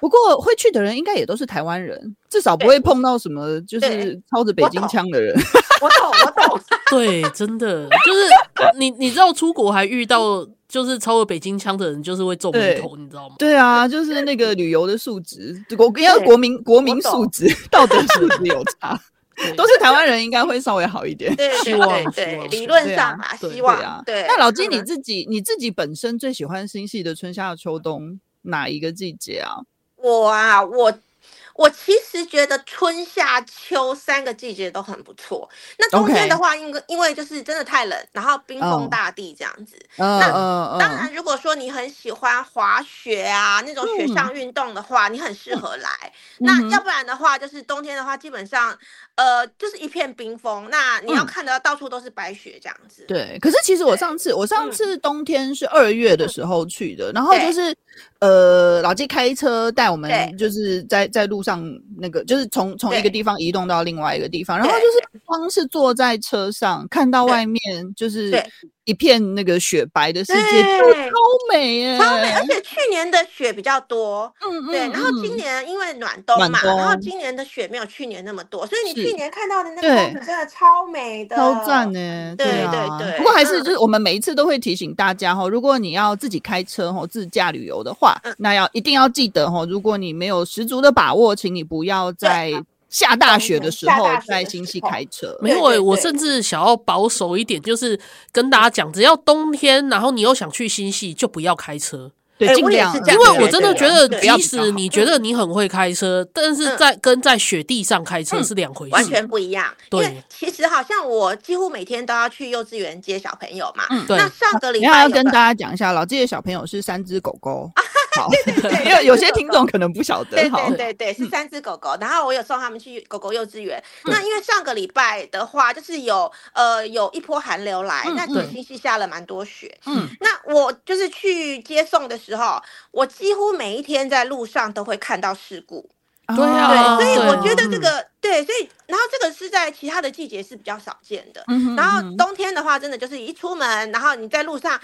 S2: 不过会去的人应该也都是台湾人，至少不
S3: 对
S2: 会碰到什么就
S3: 对
S2: 是操着北
S3: 我
S2: 京
S3: 懂
S2: 腔的人。
S3: 我懂我 懂，
S4: 对，真的就是你，你知道出国还遇到就是超过北京腔的人，就是会皱眉
S2: 对
S4: 头，你知道吗？
S2: 对啊，就是那个旅游的素质，国应该
S3: 对
S2: 国民国民
S3: 我懂
S2: 素质、道 德素质有差，
S4: 对
S2: 都是台湾人应该会稍微好一点。
S3: 对
S4: 希
S3: 对对
S4: 望希
S3: 对，
S4: 望
S3: 理
S4: 是
S3: 论
S2: 对
S3: 上
S2: 啊
S3: 啊，
S4: 对
S3: 希
S4: 对
S3: 望
S2: 对啊，
S3: 对。
S2: 那老金你
S3: 嗯
S2: 自己你自己本身最喜欢新系的春夏秋冬哪一个季节啊？
S3: 我啊，我我其实觉得春夏秋三个季节都很不错。那冬天
S2: OK
S3: 的话，因为因为就是真的太冷，然后冰
S2: 哦
S3: 封大地这样子。
S2: 嗯
S3: 那
S2: 嗯
S3: 当
S2: 嗯，
S3: 然，如果说你很喜欢滑雪啊那种雪上运动的话，你很适合来。
S2: 嗯
S3: 那
S2: 哼
S3: 要不然的话，就是冬天的话，基本上呃就是一片冰封，那你要
S2: 嗯
S3: 看得到到处都是白雪这样子。
S2: 对。可是其实我上次我上次冬天是二月的时候去的，然后
S3: 嗯对
S2: 就是呃老纪开车带我
S3: 对
S2: 们就是在在路上那个就是从从一个
S3: 对
S2: 地方移动到另外一个地方，然后
S3: 对
S2: 就是光是坐在车上看到
S3: 对
S2: 外面就是
S3: 对
S2: 一片那个雪白的世界，就
S3: 对
S2: 超美耶，
S3: 超美，而且去年的雪比较多，
S2: 嗯
S3: 对，
S2: 嗯
S3: 然后
S2: 嗯
S3: 今年因为暖冬
S2: 暖
S3: 嘛，然后
S2: 冬
S3: 今年的雪没有去年那么多，所以你
S2: 是
S3: 去年看到的那个
S2: 对
S3: 风景真的超美的，
S2: 超赞呢、
S3: 呃对
S2: 啊
S3: 对对
S2: 不过还是就是
S3: 嗯
S2: 我们每一次都会提醒大家哈、如果你要自己开车哈、自驾旅游的话，
S3: 嗯
S2: 那要一定要记得哈、如果你没有十足的把握，请你不要在下大雪的时候
S3: 下大雪的时候
S2: 在新西开车。
S4: 没有、
S3: 对对
S4: 欸，我
S3: 对
S4: 甚至想要保守一点，就是跟大家讲，只要冬天，然后你又想去新系，就不要开车，
S2: 对，
S3: 哎
S2: 尽
S3: 我也
S2: 量，
S3: 是这
S4: 因
S3: 样
S4: 为我
S3: 对
S4: 真的
S3: 对啊
S4: 觉得
S3: 对，
S2: 不要
S4: 即
S2: 比较
S4: 使
S2: 好
S4: 你觉得你很会开车，但是在跟在雪地上开车是两回
S3: 嗯完
S4: 事。
S3: 全不一样。因
S4: 对
S3: 为其实好像我几乎每天都要去幼稚园接小朋友嘛，
S2: 嗯
S4: 对
S3: 那上个礼
S2: 然后
S3: 拜
S2: 要
S3: 有
S2: 跟
S3: 个
S2: 大家讲一下，老纪的小朋友是三只狗狗。好，
S3: 对
S2: 因为有些
S3: 狗狗
S2: 听众可能不晓
S3: 对
S2: 得，好嗯
S3: 对，对对，是三只狗狗，然后我有送他们去狗狗幼稚园。那因为上个礼拜的话，就是有呃有一波寒流来，
S2: 嗯
S3: 那
S4: 对
S3: 其实是下了蛮多雪，
S2: 嗯，
S3: 那我就是去接送的时候，我几乎每一天在路上都会看到事故，
S4: 对啊
S2: 哦
S3: 对，所以我
S4: 对
S3: 觉得这
S4: 嗯
S3: 个对，所以然后这个是在其他的季节是比较少见的，
S2: 嗯哼
S3: 然后
S2: 嗯哼
S3: 冬天的话，真的就是一出门，然后你在路上。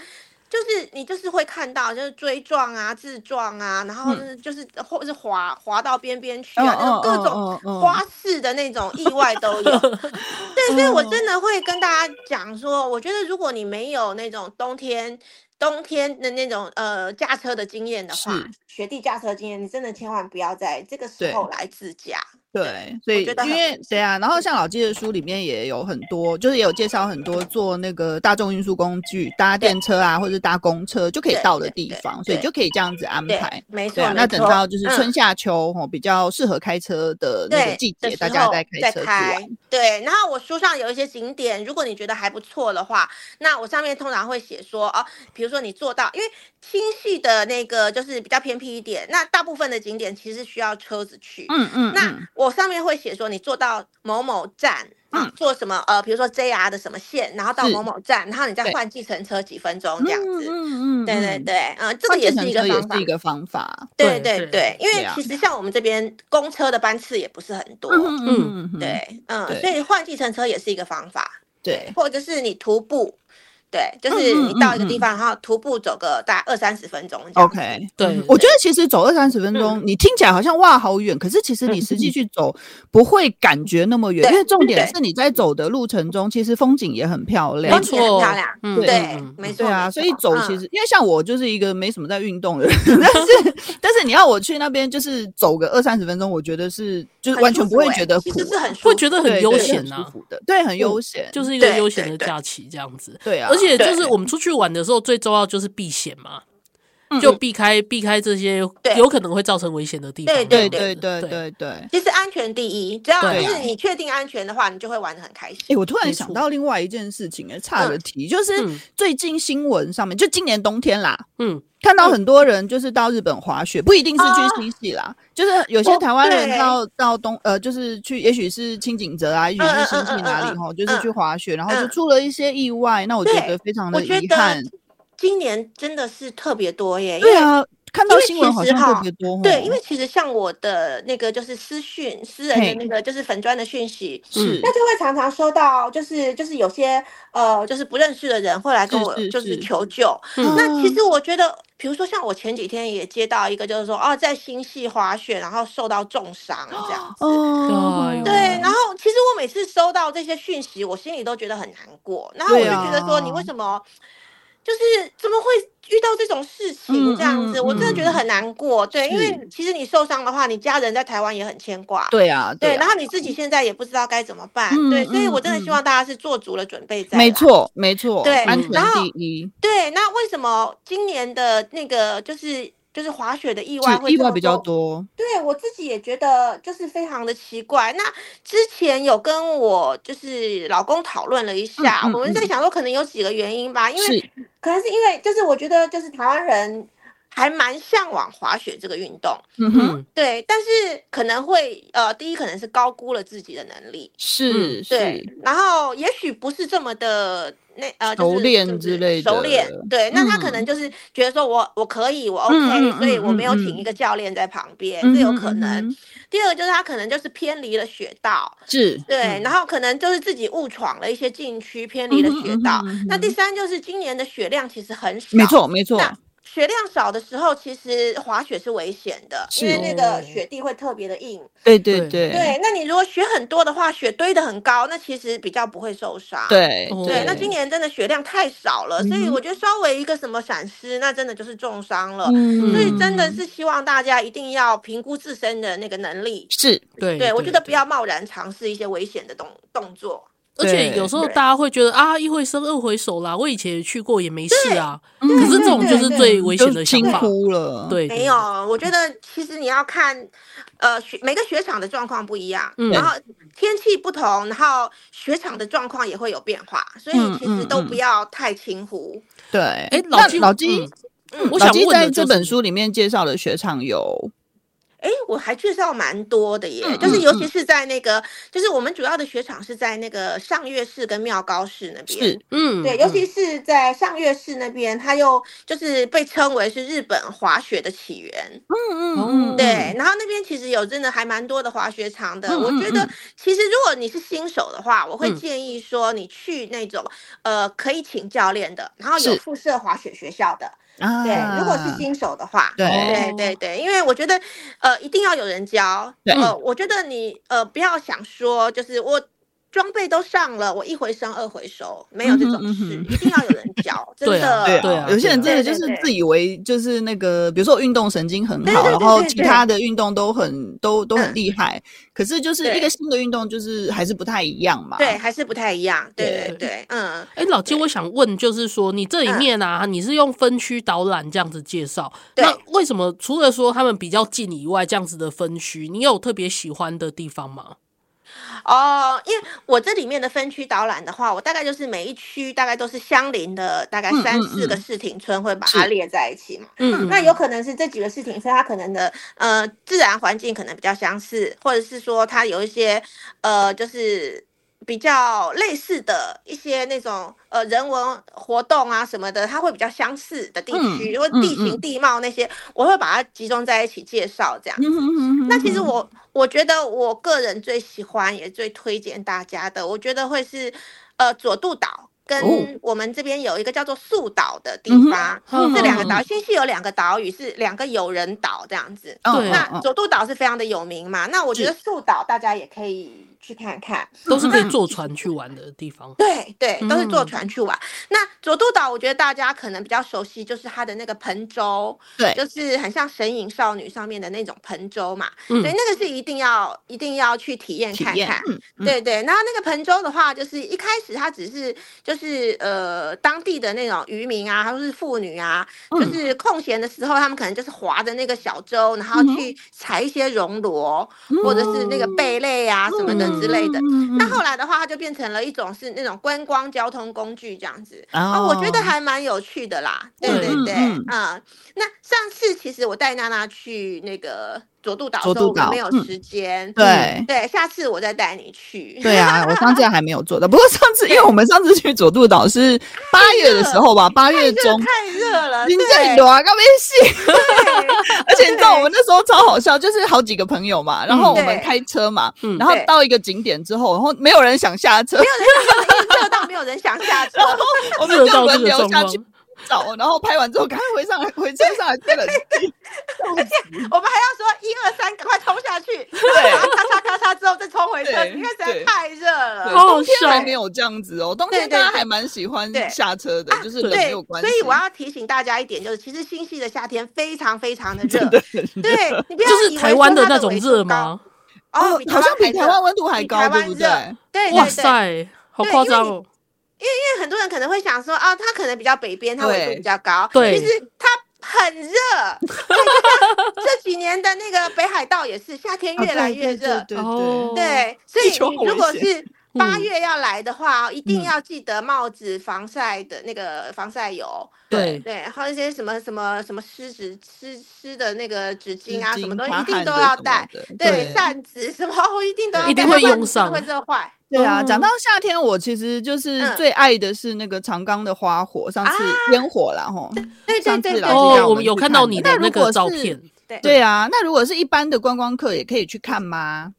S3: 就是你就是会看到，就是追撞啊、自撞啊，然后
S2: 嗯
S3: 就是、就是或是滑滑到边边去啊，
S2: 哦
S3: 那种各种花式的那种意外都 有。对，所以
S2: 嗯
S3: 我真的会跟大家讲说，我觉得如果你没有那种冬天。冬天的那种呃驾车的经验的话
S2: 是，
S3: 雪地驾车经验，你真的千万不要在这个时
S2: 对
S3: 候来自驾。
S2: 对，所以
S3: 觉得
S2: 因
S3: 很嗯
S2: 为对啊，然后像老纪的书里面也有很多，就是也有介绍很多坐那个大众运输工具，搭电车啊，或者搭公车就可以
S3: 对
S2: 到的
S3: 对
S2: 地
S3: 对
S2: 方，所以
S3: 对
S2: 就可以这样子安
S3: 对
S2: 排，。
S3: 没错
S2: 对啊，。那
S3: 没
S2: 等
S3: 错
S2: 到就是春
S3: 嗯
S2: 夏秋哦，比较适合开车的那个
S3: 对
S2: 季
S3: 的
S2: 节，大
S3: 时
S2: 家
S3: 候
S2: 再开
S3: 再
S2: 车去
S3: 开
S2: 玩。
S3: 对，然后我书上有一些景点，如果你觉得还不错的话，那我上面通常会写说哦，比如说你坐到，因为清溪的那个就是比较偏僻一点，那大部分的景点其实需要车子去。
S2: 嗯嗯，
S3: 那
S2: 嗯
S3: 我上面会写说你坐到某某站。啊
S2: 嗯
S3: 坐什么呃，比如说 JR 的什么线，然后到
S2: 是
S3: 某某站，然后你再
S2: 对
S3: 换计程车几分钟这样子。
S2: 嗯嗯
S3: 对对
S2: 嗯
S3: 对，嗯、这个
S2: 换
S3: 也
S2: 计
S3: 是
S2: 程
S3: 一个
S2: 车也
S3: 方法
S2: 是一。个方法。
S3: 对
S4: 对
S3: 对
S4: 对
S3: 对，因
S2: 对
S3: 为
S2: 啊
S3: 其实像我们这边公车的班次也不是很多，
S2: 嗯嗯嗯，
S3: 对，嗯，
S2: 对
S3: 所以换计程车也是一个方法，
S2: 对
S3: 或者是你徒步，对，就是
S2: 嗯嗯
S3: 你到一个
S2: 嗯
S3: 地方，然后徒步走个大概二三十分钟这样子。
S2: ，OK。
S4: 对，
S2: 嗯我觉得其实走二三十分
S3: 嗯
S2: 钟，你听起来好像哇好远，可是其实你实际去走不会感觉那么远，
S3: 对
S2: 因为重点
S3: 对
S2: 是你在走的路程中，其实风景也很漂
S4: 没
S2: 亮。
S3: 风景很
S4: 错，
S3: 漂亮
S4: 嗯
S2: 对
S3: 对
S4: 嗯，
S3: 没错
S2: 对啊，
S3: 没
S2: 所以
S3: 错嗯
S2: 走其实、因为像我就是一个没什么在运动的人，但是但是你要我去那边就是走个二三十分钟，我觉得是就是
S3: 很
S2: 完
S3: 舒
S2: 全不
S3: 服
S2: 会
S3: 欸
S2: 觉得苦
S3: 其实是
S2: 啊
S3: 很舒嗯
S4: 会
S3: 服
S4: 觉得
S2: 对
S4: 很悠
S2: 对
S4: 闲
S2: 很舒
S4: 呐，
S2: 服的，对，很悠闲，
S4: 就是一个
S3: 对
S4: 悠闲
S3: 对
S4: 的
S3: 对
S4: 假期这样子。
S2: 对啊，
S4: 而且就是
S3: 对
S4: 我们出去玩的时候，最重要就是避险嘛，
S2: 嗯
S4: 就避开避开这些
S3: 对
S4: 有可能会造成危险的地方。
S3: 对
S2: 对
S4: 这
S2: 对
S4: 样子
S2: 对
S4: 对，
S2: 对对。
S3: 其实安全第一，只要
S4: 对
S3: 就是
S2: 啊
S3: 你确定安全的话，你就会玩的很开
S2: 哎、
S3: 心。
S2: 我突然
S4: 没
S2: 想
S4: 错
S2: 到另外一件事情、哎，差了
S3: 嗯
S2: 题，就是
S4: 嗯
S2: 最近新闻上面，就今年冬天啦，
S4: 嗯，
S2: 看到很多人就是到日本滑雪，不一定是去新西啦，就是有些
S3: 啊哦
S2: 台湾人
S3: 对
S2: 到、到东呃，就是去，也许是清景泽啊，也许
S3: 嗯
S2: 是
S3: 嗯
S2: 新
S3: 嗯
S2: 系
S3: 嗯
S2: 哪里
S3: 嗯
S2: 吼，就是去
S3: 嗯
S2: 滑雪，然后就
S3: 嗯
S2: 出了一些意外，那我觉
S3: 对
S2: 得非常
S3: 我
S2: 的
S3: 觉
S2: 遗
S3: 得
S2: 憾。
S3: 今年真的是特别多耶，因
S2: 对
S3: 为
S2: 啊，看到
S3: 因为
S2: 新闻
S3: 其
S2: 好
S3: 实
S2: 像特
S3: 哈
S2: 别多吼，
S3: 对，因为其实像我的那个就是私讯，私人
S2: 嘿
S3: 的那个就是粉砖的讯息，嗯
S2: 是
S3: 那就会常常收到，就是就是有些呃，就是不认识的人会来跟
S2: 是
S3: 我
S2: 是
S3: 就是
S2: 是嗯
S3: 求救。那其实我觉得，比如说像我前几天也接到一个，就是说哦，在新系滑雪，然后受到重伤这样子。
S4: 哎
S3: 嗯
S2: 哦，
S3: 对，然后其实我每次收到这些讯息，我心里都觉得很难过。然后我
S2: 对
S3: 就觉得说，你
S2: 啊
S3: 为什么就是怎么会遇到这种事情
S2: 嗯
S3: 这样子？
S2: 嗯
S3: 我真的觉得很难过。对，因为
S2: 是
S3: 其实你受伤的话，你家人在台湾也很牵挂。
S2: 对啊，
S3: 对，然
S2: 啊
S3: 后你自己现在也不知道该怎么办，
S2: 嗯
S3: 对，所以我真的
S2: 嗯
S3: 希望大家是做足了准备再来。
S2: 没错没错，
S3: 对
S2: 安
S4: 嗯
S2: 全
S3: 然后
S2: 第一，
S3: 对，那为什么今年的那个就是就是滑雪的意外
S2: 是
S3: 会
S2: 意
S3: 这
S2: 外
S3: 么
S2: 比较
S3: 多
S2: 多，
S3: 对我自己也觉得就是非常的奇怪。那之前有跟我就是老公讨论了一下，
S2: 嗯嗯
S3: 我们在
S2: 嗯
S3: 想说可能有几个原因吧，因为
S2: 是
S3: 可能是因为就是我觉得就是台湾人还蛮向往滑雪这个运动，
S2: 嗯哼
S4: 嗯，
S3: 对，但是可能会呃，第一可能是高估了自己的能力，
S2: 是
S3: 嗯对
S2: 是，，
S3: 然后也许不是这么的那呃就是
S2: 熟练
S3: 就是
S2: 之类
S3: 熟
S2: 的
S3: 练对，那他可
S2: 嗯
S3: 能就是觉得说我我可以我 OK，、
S2: 嗯嗯
S3: 所以我没有
S2: 嗯嗯
S3: 请一个教练在旁边，
S2: 嗯
S3: 这有
S2: 哼
S3: 可
S2: 嗯
S3: 能。
S2: 哼
S3: 第二个就是他可能就是偏离了雪道，
S2: 是
S3: 对，
S4: 嗯
S3: 然后可能就是自己误闯了一些禁区，偏离了
S2: 嗯哼嗯
S3: 雪
S2: 哼
S3: 道。
S2: 嗯
S3: 那第
S2: 哼
S3: 三就是今年的雪量其实很少，
S2: 没错没错，
S3: 那雪量少的时候，其实滑雪是危险的，因为
S2: 是
S3: 那
S4: 哦
S3: 个雪地会特别的硬。
S2: 对对
S4: 对
S2: 对
S3: 对，那你如果雪很多的话，雪堆得很高，那其实比较不会受伤。
S2: 对
S4: 哦
S3: 对，那今年真的雪量太少了，所以
S2: 嗯哼
S3: 我觉得稍微一个什么闪失，那真的就是重伤了。
S2: 嗯
S3: 所以真的是希望大家一定要评估自身的那个能力。
S2: 是
S4: 对，
S3: 对，我觉得不要贸然尝试一些危险的动动作。
S4: 而且
S2: 对
S4: 有时候
S3: 对
S4: 大家会觉得啊，一回生二回熟啦，我以前也去过也没事啊，
S2: 嗯
S4: 可是这种就是
S3: 对
S4: 最危险的想
S2: 轻
S4: 法。
S2: 忽了，
S4: 对，
S3: 没有，我觉得其实你要看，呃，雪每个雪场的状况不一样，
S4: 嗯
S3: 然后天气不同，然后雪场的状况也会有变化，所以
S2: 嗯
S3: 其实
S2: 嗯
S3: 都
S2: 嗯
S3: 不要太轻忽。
S2: 对。
S4: 哎
S2: 哎，
S4: 老
S2: 老
S4: 纪
S2: 老纪
S4: 嗯，我
S2: 老
S4: 想
S2: 纪
S4: 问的
S2: 在
S4: 就
S2: 这
S4: 是
S2: 本书里面介绍的雪场有
S3: 哎，我还介绍蛮多的耶，
S2: 嗯
S3: 就是尤其是在那个，就是我们主要的雪场是在那个上月市跟妙高市那边，
S2: 是
S1: 嗯，
S3: 对，尤其是在上月市那边，它又就是被称为是日本滑雪的起源。
S2: 嗯
S1: 嗯
S3: 对，然后那边其实有真的还蛮多的滑雪场的。
S2: 嗯
S3: 我
S2: 嗯
S3: 觉得
S2: 嗯
S3: 其实如果你是新手的话，我会
S1: 嗯
S3: 建议说你去那种呃可以请教练的，然后有
S2: 是
S3: 附设滑雪学校的。
S2: 啊
S3: 对，如果是新手的话，
S2: 对
S3: 对对对，因为我觉得呃一定要有人教。
S2: 对
S3: 呃，我觉得你呃不要想说就是我。装备都上了，我一回生二回熟，没有这种
S2: 嗯哼
S3: 事，
S2: 嗯哼
S3: 一定要有人 教，真
S1: 对啊
S3: 的。
S2: 对
S1: 对啊
S2: 有些人真的
S3: 对
S2: 就
S3: 对
S2: 是
S3: 对
S2: 自以为就是那个，比如说我运动神经很
S3: 对对
S2: 好，
S3: 对
S2: 然后
S3: 对
S2: 其
S3: 对
S2: 他的运动都很都都很
S3: 嗯
S2: 厉害，可是就是一
S3: 对
S2: 个新的运动就是还是不太一样嘛。
S3: 对，还是不太一样。对
S2: 对
S3: 对对，嗯，
S1: 哎，老金，我想问，就是说你这里面啊，你是用分区导览这样子介绍，
S3: 对
S1: 那为什么除了说他们比较近以外，这样子的分区，你有特别喜欢的地方吗？
S3: 哦，因为我这里面的分区导览的话，我大概就是每一区大概都是相邻的，大概
S2: 嗯
S3: 三
S2: 嗯
S3: 四个
S2: 嗯
S3: 市町村会把它
S2: 是
S3: 列在一起嘛。
S1: 嗯，
S3: 那有可能是这几个事情，所以它可能的呃自然环境可能比较相似，或者是说它有一些呃就是比较类似的一些那种呃人文活动啊什么的，它会比较相似的地区，
S2: 嗯
S3: 或地
S2: 嗯
S3: 形
S2: 嗯
S3: 地貌那些，我会把它集中在一起介绍这样。
S2: 嗯哼，嗯哼嗯
S3: 那其实
S2: 哼
S3: 我我觉得我个人最喜欢也最推荐大家的，我觉得会是呃佐渡岛
S2: 哦
S3: 跟我们这边有一个叫做素岛的地
S2: 嗯哼
S3: 方，
S1: 嗯
S3: 这两个
S2: 嗯
S3: 岛新西有两个岛屿是两个友人岛这样子。
S2: 嗯
S1: 对
S3: 那
S2: 嗯
S3: 佐渡岛是非常的有名嘛，那我觉
S2: 是
S3: 得素岛大家也可以去看看。
S1: 都是可以坐船去玩的地方。
S3: 对对，都是坐
S1: 嗯
S3: 船去玩。那佐渡岛，我觉得大家可能比较熟悉，就是它的那个盆舟，
S2: 对
S3: 就是很像《神隐少女》上面的那种盆舟嘛。
S1: 嗯
S3: 所以那个是一定要一定要去体验
S2: 体
S3: 看
S2: 验
S3: 看。
S2: 嗯嗯
S3: 对对，然后那个盆舟的话，就是一开始它只是就是呃当地的那种渔民啊，或是妇女啊，就
S2: 嗯
S3: 是空闲的时候，他们可能就是划着那个小舟，然后
S2: 嗯哼哦
S3: 去采一些熔螺、或者是那个贝类啊什么的之类的。
S2: 嗯嗯嗯
S3: 那
S2: 嗯
S3: 后来的话，它就变成了一种是那种观光交通工具这样子。啊、
S2: 哦
S3: 我觉得还蛮有趣的啦，对
S1: 嗯
S3: 对
S2: 嗯
S3: 对，
S2: 嗯
S3: 啊那上次其实我带娜娜去那个佐渡岛的时
S2: 佐渡
S3: 候，我们
S2: 岛
S3: 没有
S2: 嗯
S3: 时间，嗯
S2: 对
S3: 对，下次我再带你去。
S2: 对啊，我上次还没有做到。不过上次，因为我们上次去佐渡岛是八月的时候吧，八月
S3: 这个
S2: 中，
S3: 太热了，
S2: 你
S3: 对
S2: 在裸啊，刚没戏。
S3: 对
S2: 而且你知道，我们那时候超好笑，就是好几个朋友嘛，然后我们
S3: 对
S2: 开车嘛，
S1: 嗯
S2: 然后
S3: 嗯对
S2: 到一个景点之后，然后没有人想下车，
S3: 热到没有人想下车，
S2: 我们
S1: 热
S2: 就
S1: 到这
S2: 轮
S1: 个
S2: 流
S1: 状
S2: 下
S1: 况
S2: 去，找，然后拍完之后赶快回上来，回车上来吹冷气。
S3: 我们还要说一二三，赶快冲下去，
S2: 对
S3: 然后咔嚓咔嚓之后再冲回车
S2: 对，
S3: 因为实在
S2: 对
S3: 太热了。
S1: 好好
S2: 冬天
S1: 笑
S2: 还没有这样子哦，冬
S3: 对
S2: 天
S3: 对
S2: 大家
S3: 对
S2: 还蛮喜欢
S3: 对
S2: 下车的，就是冷没
S3: 啊对，
S2: 有关系。
S3: 所以我要提醒大家一点，就是其实新系的夏天非常非常的热
S2: 真，的很热
S3: 对 你不要
S1: 就是
S3: 以为
S1: 台
S3: 说
S1: 湾的
S3: 它
S1: 那种
S3: 纬度
S1: 热
S3: 高？
S1: 吗？
S3: 哦，
S2: 好像比
S3: 还
S2: 台
S3: 热
S2: 湾温度还
S3: 比
S2: 高，
S3: 台
S2: 对
S3: 湾
S2: 不
S3: 热
S2: 对？
S3: 对
S1: 哇
S3: 对对，
S1: 塞，好
S3: 对
S1: 夸
S3: 因为
S1: 张
S3: 你
S1: 哦！
S3: 因为很多人可能会想说啊，它可能比较北边，它纬度
S2: 对
S3: 比较高。
S1: 对
S3: 其实它 很热。对就像这几年的那个北海道也是夏天
S2: 啊
S3: 越来越
S2: 对对
S3: 热，
S2: 对对
S1: 哦
S2: 对。
S3: 对，所
S2: 地
S3: 以
S2: 球
S3: 你
S2: 好
S3: 如
S2: 危
S3: 果
S2: 险
S3: 是八
S1: 嗯
S3: 月要来的话，哦一定
S2: 嗯
S3: 要记得帽子、防晒的那个防晒油，
S1: 对
S3: 对，还有一些什么什么什么湿纸湿湿的那个纸巾啊，
S2: 湿
S3: 什么
S2: 巾
S3: 东西
S2: 擦
S3: 一定
S2: 汗
S3: 都
S2: 的
S3: 要
S2: 什么
S3: 带
S2: 的，
S3: 对，
S2: 对
S3: 扇子什么 一定都要
S1: 一
S3: 带
S1: 定会
S3: 要不然
S1: 用
S3: 你真的
S1: 上
S3: 会热坏。
S2: 对啊，
S1: 嗯
S2: 讲到夏天，我其实就是
S3: 嗯
S2: 最爱的是那个长冈的花火，上次
S1: 啊
S2: 烟火啦，吼。
S3: 对对
S2: 上次
S3: 对
S2: 老师
S3: 对
S2: 让
S1: 哦，
S2: 我
S1: 我
S2: 们
S1: 有
S2: 去
S1: 看
S2: 看
S1: 到
S2: 的
S1: 你
S2: 那
S1: 的
S2: 如
S1: 那个
S2: 果
S1: 照
S2: 是
S1: 片，
S3: 对
S2: 对啊，那如果是一般的观光客，也可以去看吗？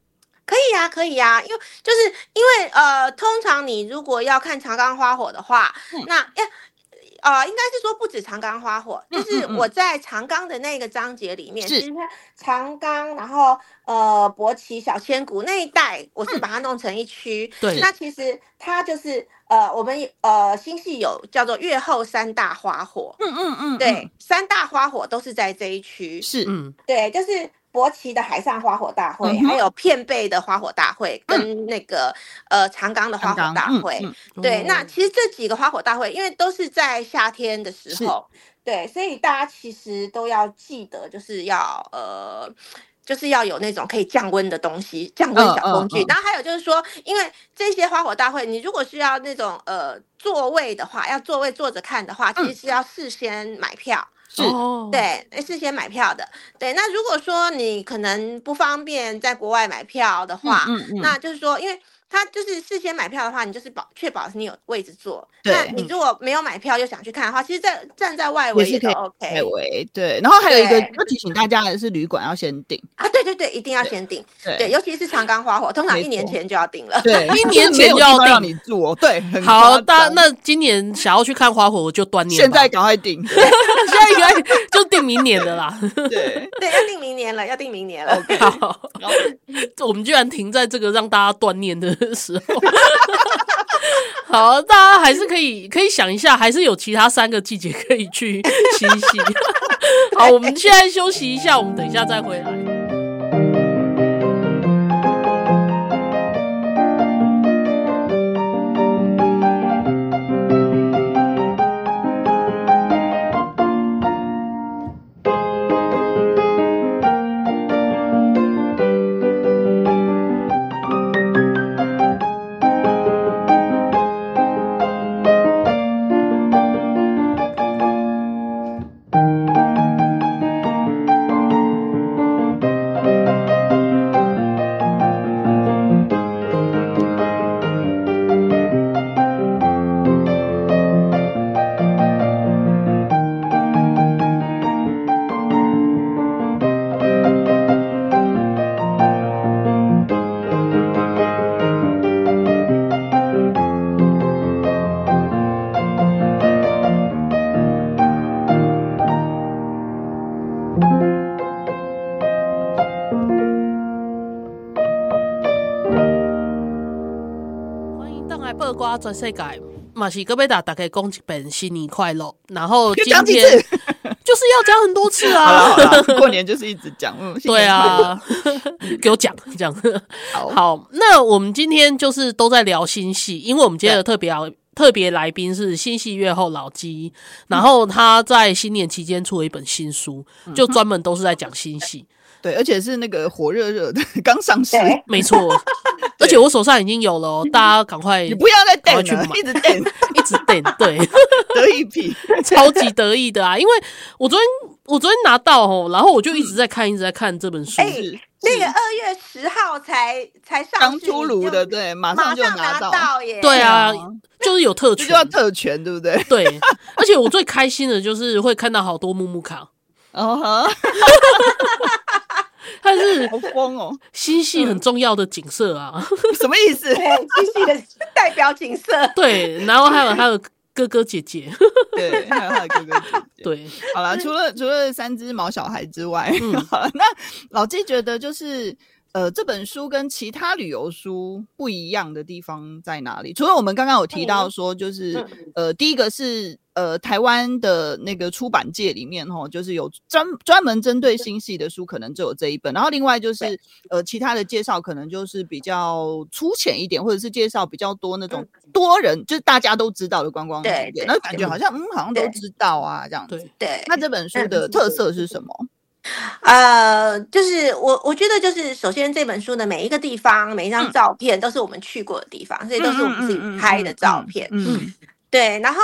S3: 可以呀、可以呀、因为就是因为呃，通常你如果要看长冈花火的话，
S2: 嗯
S3: 那哎。呃，应该是说不止长冈花火，就
S2: 嗯
S3: 是
S2: 嗯嗯
S3: 我在长冈的那个章节里面，
S2: 是
S3: 其实它长冈，然后呃博崎、小千谷那一带，我
S2: 嗯
S3: 是把它弄成一区。
S1: 对
S3: 那其实它就是呃，我们呃新系有叫做月后三大花火，
S2: 嗯嗯嗯，
S3: 对，三大花火都是在这一区
S2: 嗯，。是，
S1: 嗯，
S3: 对，就是博奇的海上花火大会，
S2: 嗯哼
S3: 还有片贝的花火大会，跟那个、呃长冈的
S2: 刚
S3: 花火
S2: 刚
S3: 大
S2: 嗯
S3: 会。
S2: 嗯
S3: 对，
S1: 哦
S3: 那其实这几个花火大会，因为都是在夏天的时
S2: 是
S3: 候，对，所以大家其实都要记得，就是要呃。就是要有那种可以降温的东西，降温
S2: 嗯
S3: 小工具。
S2: 嗯嗯
S3: 然后还有就是说，因为这些花火大会，你如果是
S2: 嗯
S3: 要那种呃座位的话，要座位坐着看的话，其实是要事先买票。
S2: 是
S1: 哦，
S3: 对，呃事先买票的。对，那如果说你可能不方便在国外买票的话，
S2: 嗯嗯
S3: 那就是说，因为他就是事先买票的话，你就是保确保你有位置坐。
S2: 对嗯
S3: 那你如果没有买票又想去看的话，其实在站在外
S2: 也
S3: 围
S2: 是
S3: 也
S2: 可
S3: 都
S2: 以
S3: OK。
S2: 外围哎对，然后还有一个
S3: 对
S2: 要提醒大家的是，旅馆要先 订。
S3: 啊，对对对，一定要先订。对，
S2: 对
S3: 尤其是长冈花火，通常
S2: 没
S3: 一年
S2: 错
S3: 前就要订了。
S2: 对，
S1: 一
S2: 就
S1: 年
S2: 是没有
S1: 前
S2: 地
S1: 要
S2: 方让
S1: 订
S2: 你住哦，对，很
S1: 好，
S2: 夸
S1: 大
S2: 张
S1: 那今年想要去看花火，我就断念
S2: 现
S1: 吧。
S2: 在赶快 订。
S1: 现在应该就定明年的啦。
S2: 对，
S3: 对，要订明年了，要订明年
S2: 哦
S3: 了。
S1: 好，我们居然停在这个让大家锻炼的时候。 好，大家还是可以可以想一下，还是有其他三个季节可以去嬉戏。 好，我们现在休息一下，我们等一下再回来。欢迎邓来八瓜转世界，马西哥贝达打开恭喜本新年快乐。然后今
S2: 讲几
S1: 天
S2: 次？
S1: 就是要讲很多次
S2: 好了
S1: 啊
S2: 好，了，过年就是一直讲，嗯，新
S1: 对
S2: 年快乐，
S1: 啊，给我讲这样。
S2: 嗯好，
S1: 好，那我们今天就是都在聊新戏，因为我们今天的特别来特别来宾是新戏月后老鸡，然后他在新年期间出了一本新书，
S2: 嗯
S1: 就专门都是在讲新戏，
S2: 对，而且是那个火热热的， 刚上市，
S5: 对
S1: 没 错。而且我手上已经有了、哦，大家赶快
S2: 你不要再
S1: 赶快
S2: 等
S1: 去
S2: 了
S1: 买，
S2: 一直 等
S1: 一直等，对，
S2: 得一匹，
S1: 超级得意的啊！因为我昨天我昨天拿到哦，然后我就一直在看，一直在看这本书。
S3: 哎那个二月十号才才上
S2: 刚
S3: 市
S2: 出
S3: 你
S2: 炉
S3: 就
S2: 的，对，马
S3: 马
S2: 上就
S3: 拿
S2: 到，
S3: 耶。
S1: 对啊
S2: 对啊，
S1: 就是有特
S2: 这
S1: 权
S2: 就，叫特权，对不对？
S1: 对。而且我最开心的就是会看到好多木木卡，
S2: 哦哈，
S1: 它是
S2: 好疯哦，
S1: 新系很重要的景色啊，
S2: 什么意思？
S3: 对，机器的 代表景色。
S1: 对，然后还有还有哥哥姐姐，
S2: 对，还有他的哥哥姐姐。
S1: 对，
S2: 好
S3: 嗯
S2: 了，除了除了三只毛小孩之外，
S1: 嗯
S2: 好啦那老纪觉得就是呃，这本书跟其他旅游书不一样的地方在哪里？除了我们刚刚有提
S3: 嗯
S2: 到说，就是、呃，第一个是呃，台湾的那个出版界里面哈，就是有专专门针对新系的书，可能就有这一本。然后另外就是呃，其他的介绍可能就是比较粗浅一点，或者是介绍比较多那种多人，就是大家都知道的观光景
S3: 嗯对
S2: 点
S3: 对，
S2: 那感觉好像嗯，好像都
S3: 对
S2: 知道啊这样子。
S1: 对
S3: 对，
S2: 那这本书的特色是什么？
S3: 呃，就是我我觉得就是首先这本书的每一个地方，每一张
S2: 嗯
S3: 照片都是我们去过的地方，所以都是我们自己拍的照片。
S2: 嗯，
S3: 对，然后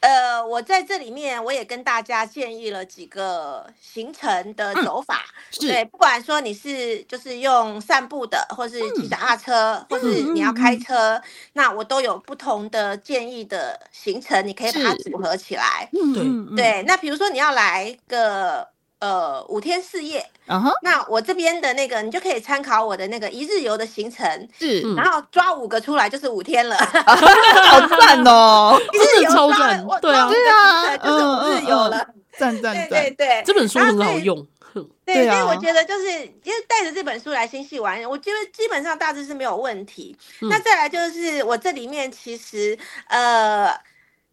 S3: 呃，我在这里面我也跟大家建议了几个行程的走法。对，
S2: 嗯是，
S3: 不管说你是就是用散步的，或是骑脚踏车，或是你要
S2: 嗯
S3: 开
S2: 嗯嗯嗯
S3: 车，那我都有不同的建议的行程，你可以把它
S2: 是
S3: 组合起来。
S2: 嗯
S1: 对，
S3: 对，那比如说你要来个呃五天四夜，
S2: 啊哈，
S3: 那我这边的那个你就可以参考我的那个一日游的行程，
S2: 是，
S1: 嗯
S3: 然后抓五个出来就是五天了。
S2: 好赞哦，
S3: 一日
S1: 真的
S3: 游
S1: 超
S3: 抓了
S1: 赞
S3: 我
S1: 对
S3: 抓
S1: 啊
S3: 五
S2: 对啊
S3: 个行程就是五
S2: 嗯
S3: 日游
S2: 嗯嗯
S3: 了。
S2: 赞
S3: 对
S2: 赞
S3: 对
S2: 赞，
S3: 对，
S1: 这本书
S3: 然后
S1: 很好
S3: 所以
S1: 用，哼
S3: 对，
S2: 对
S3: 所以我
S2: 啊
S3: 觉得就是因为带着这本书来新戏玩，我觉得基本上大致是没有问题。
S1: 嗯
S3: 那再来就是我这里面其实呃。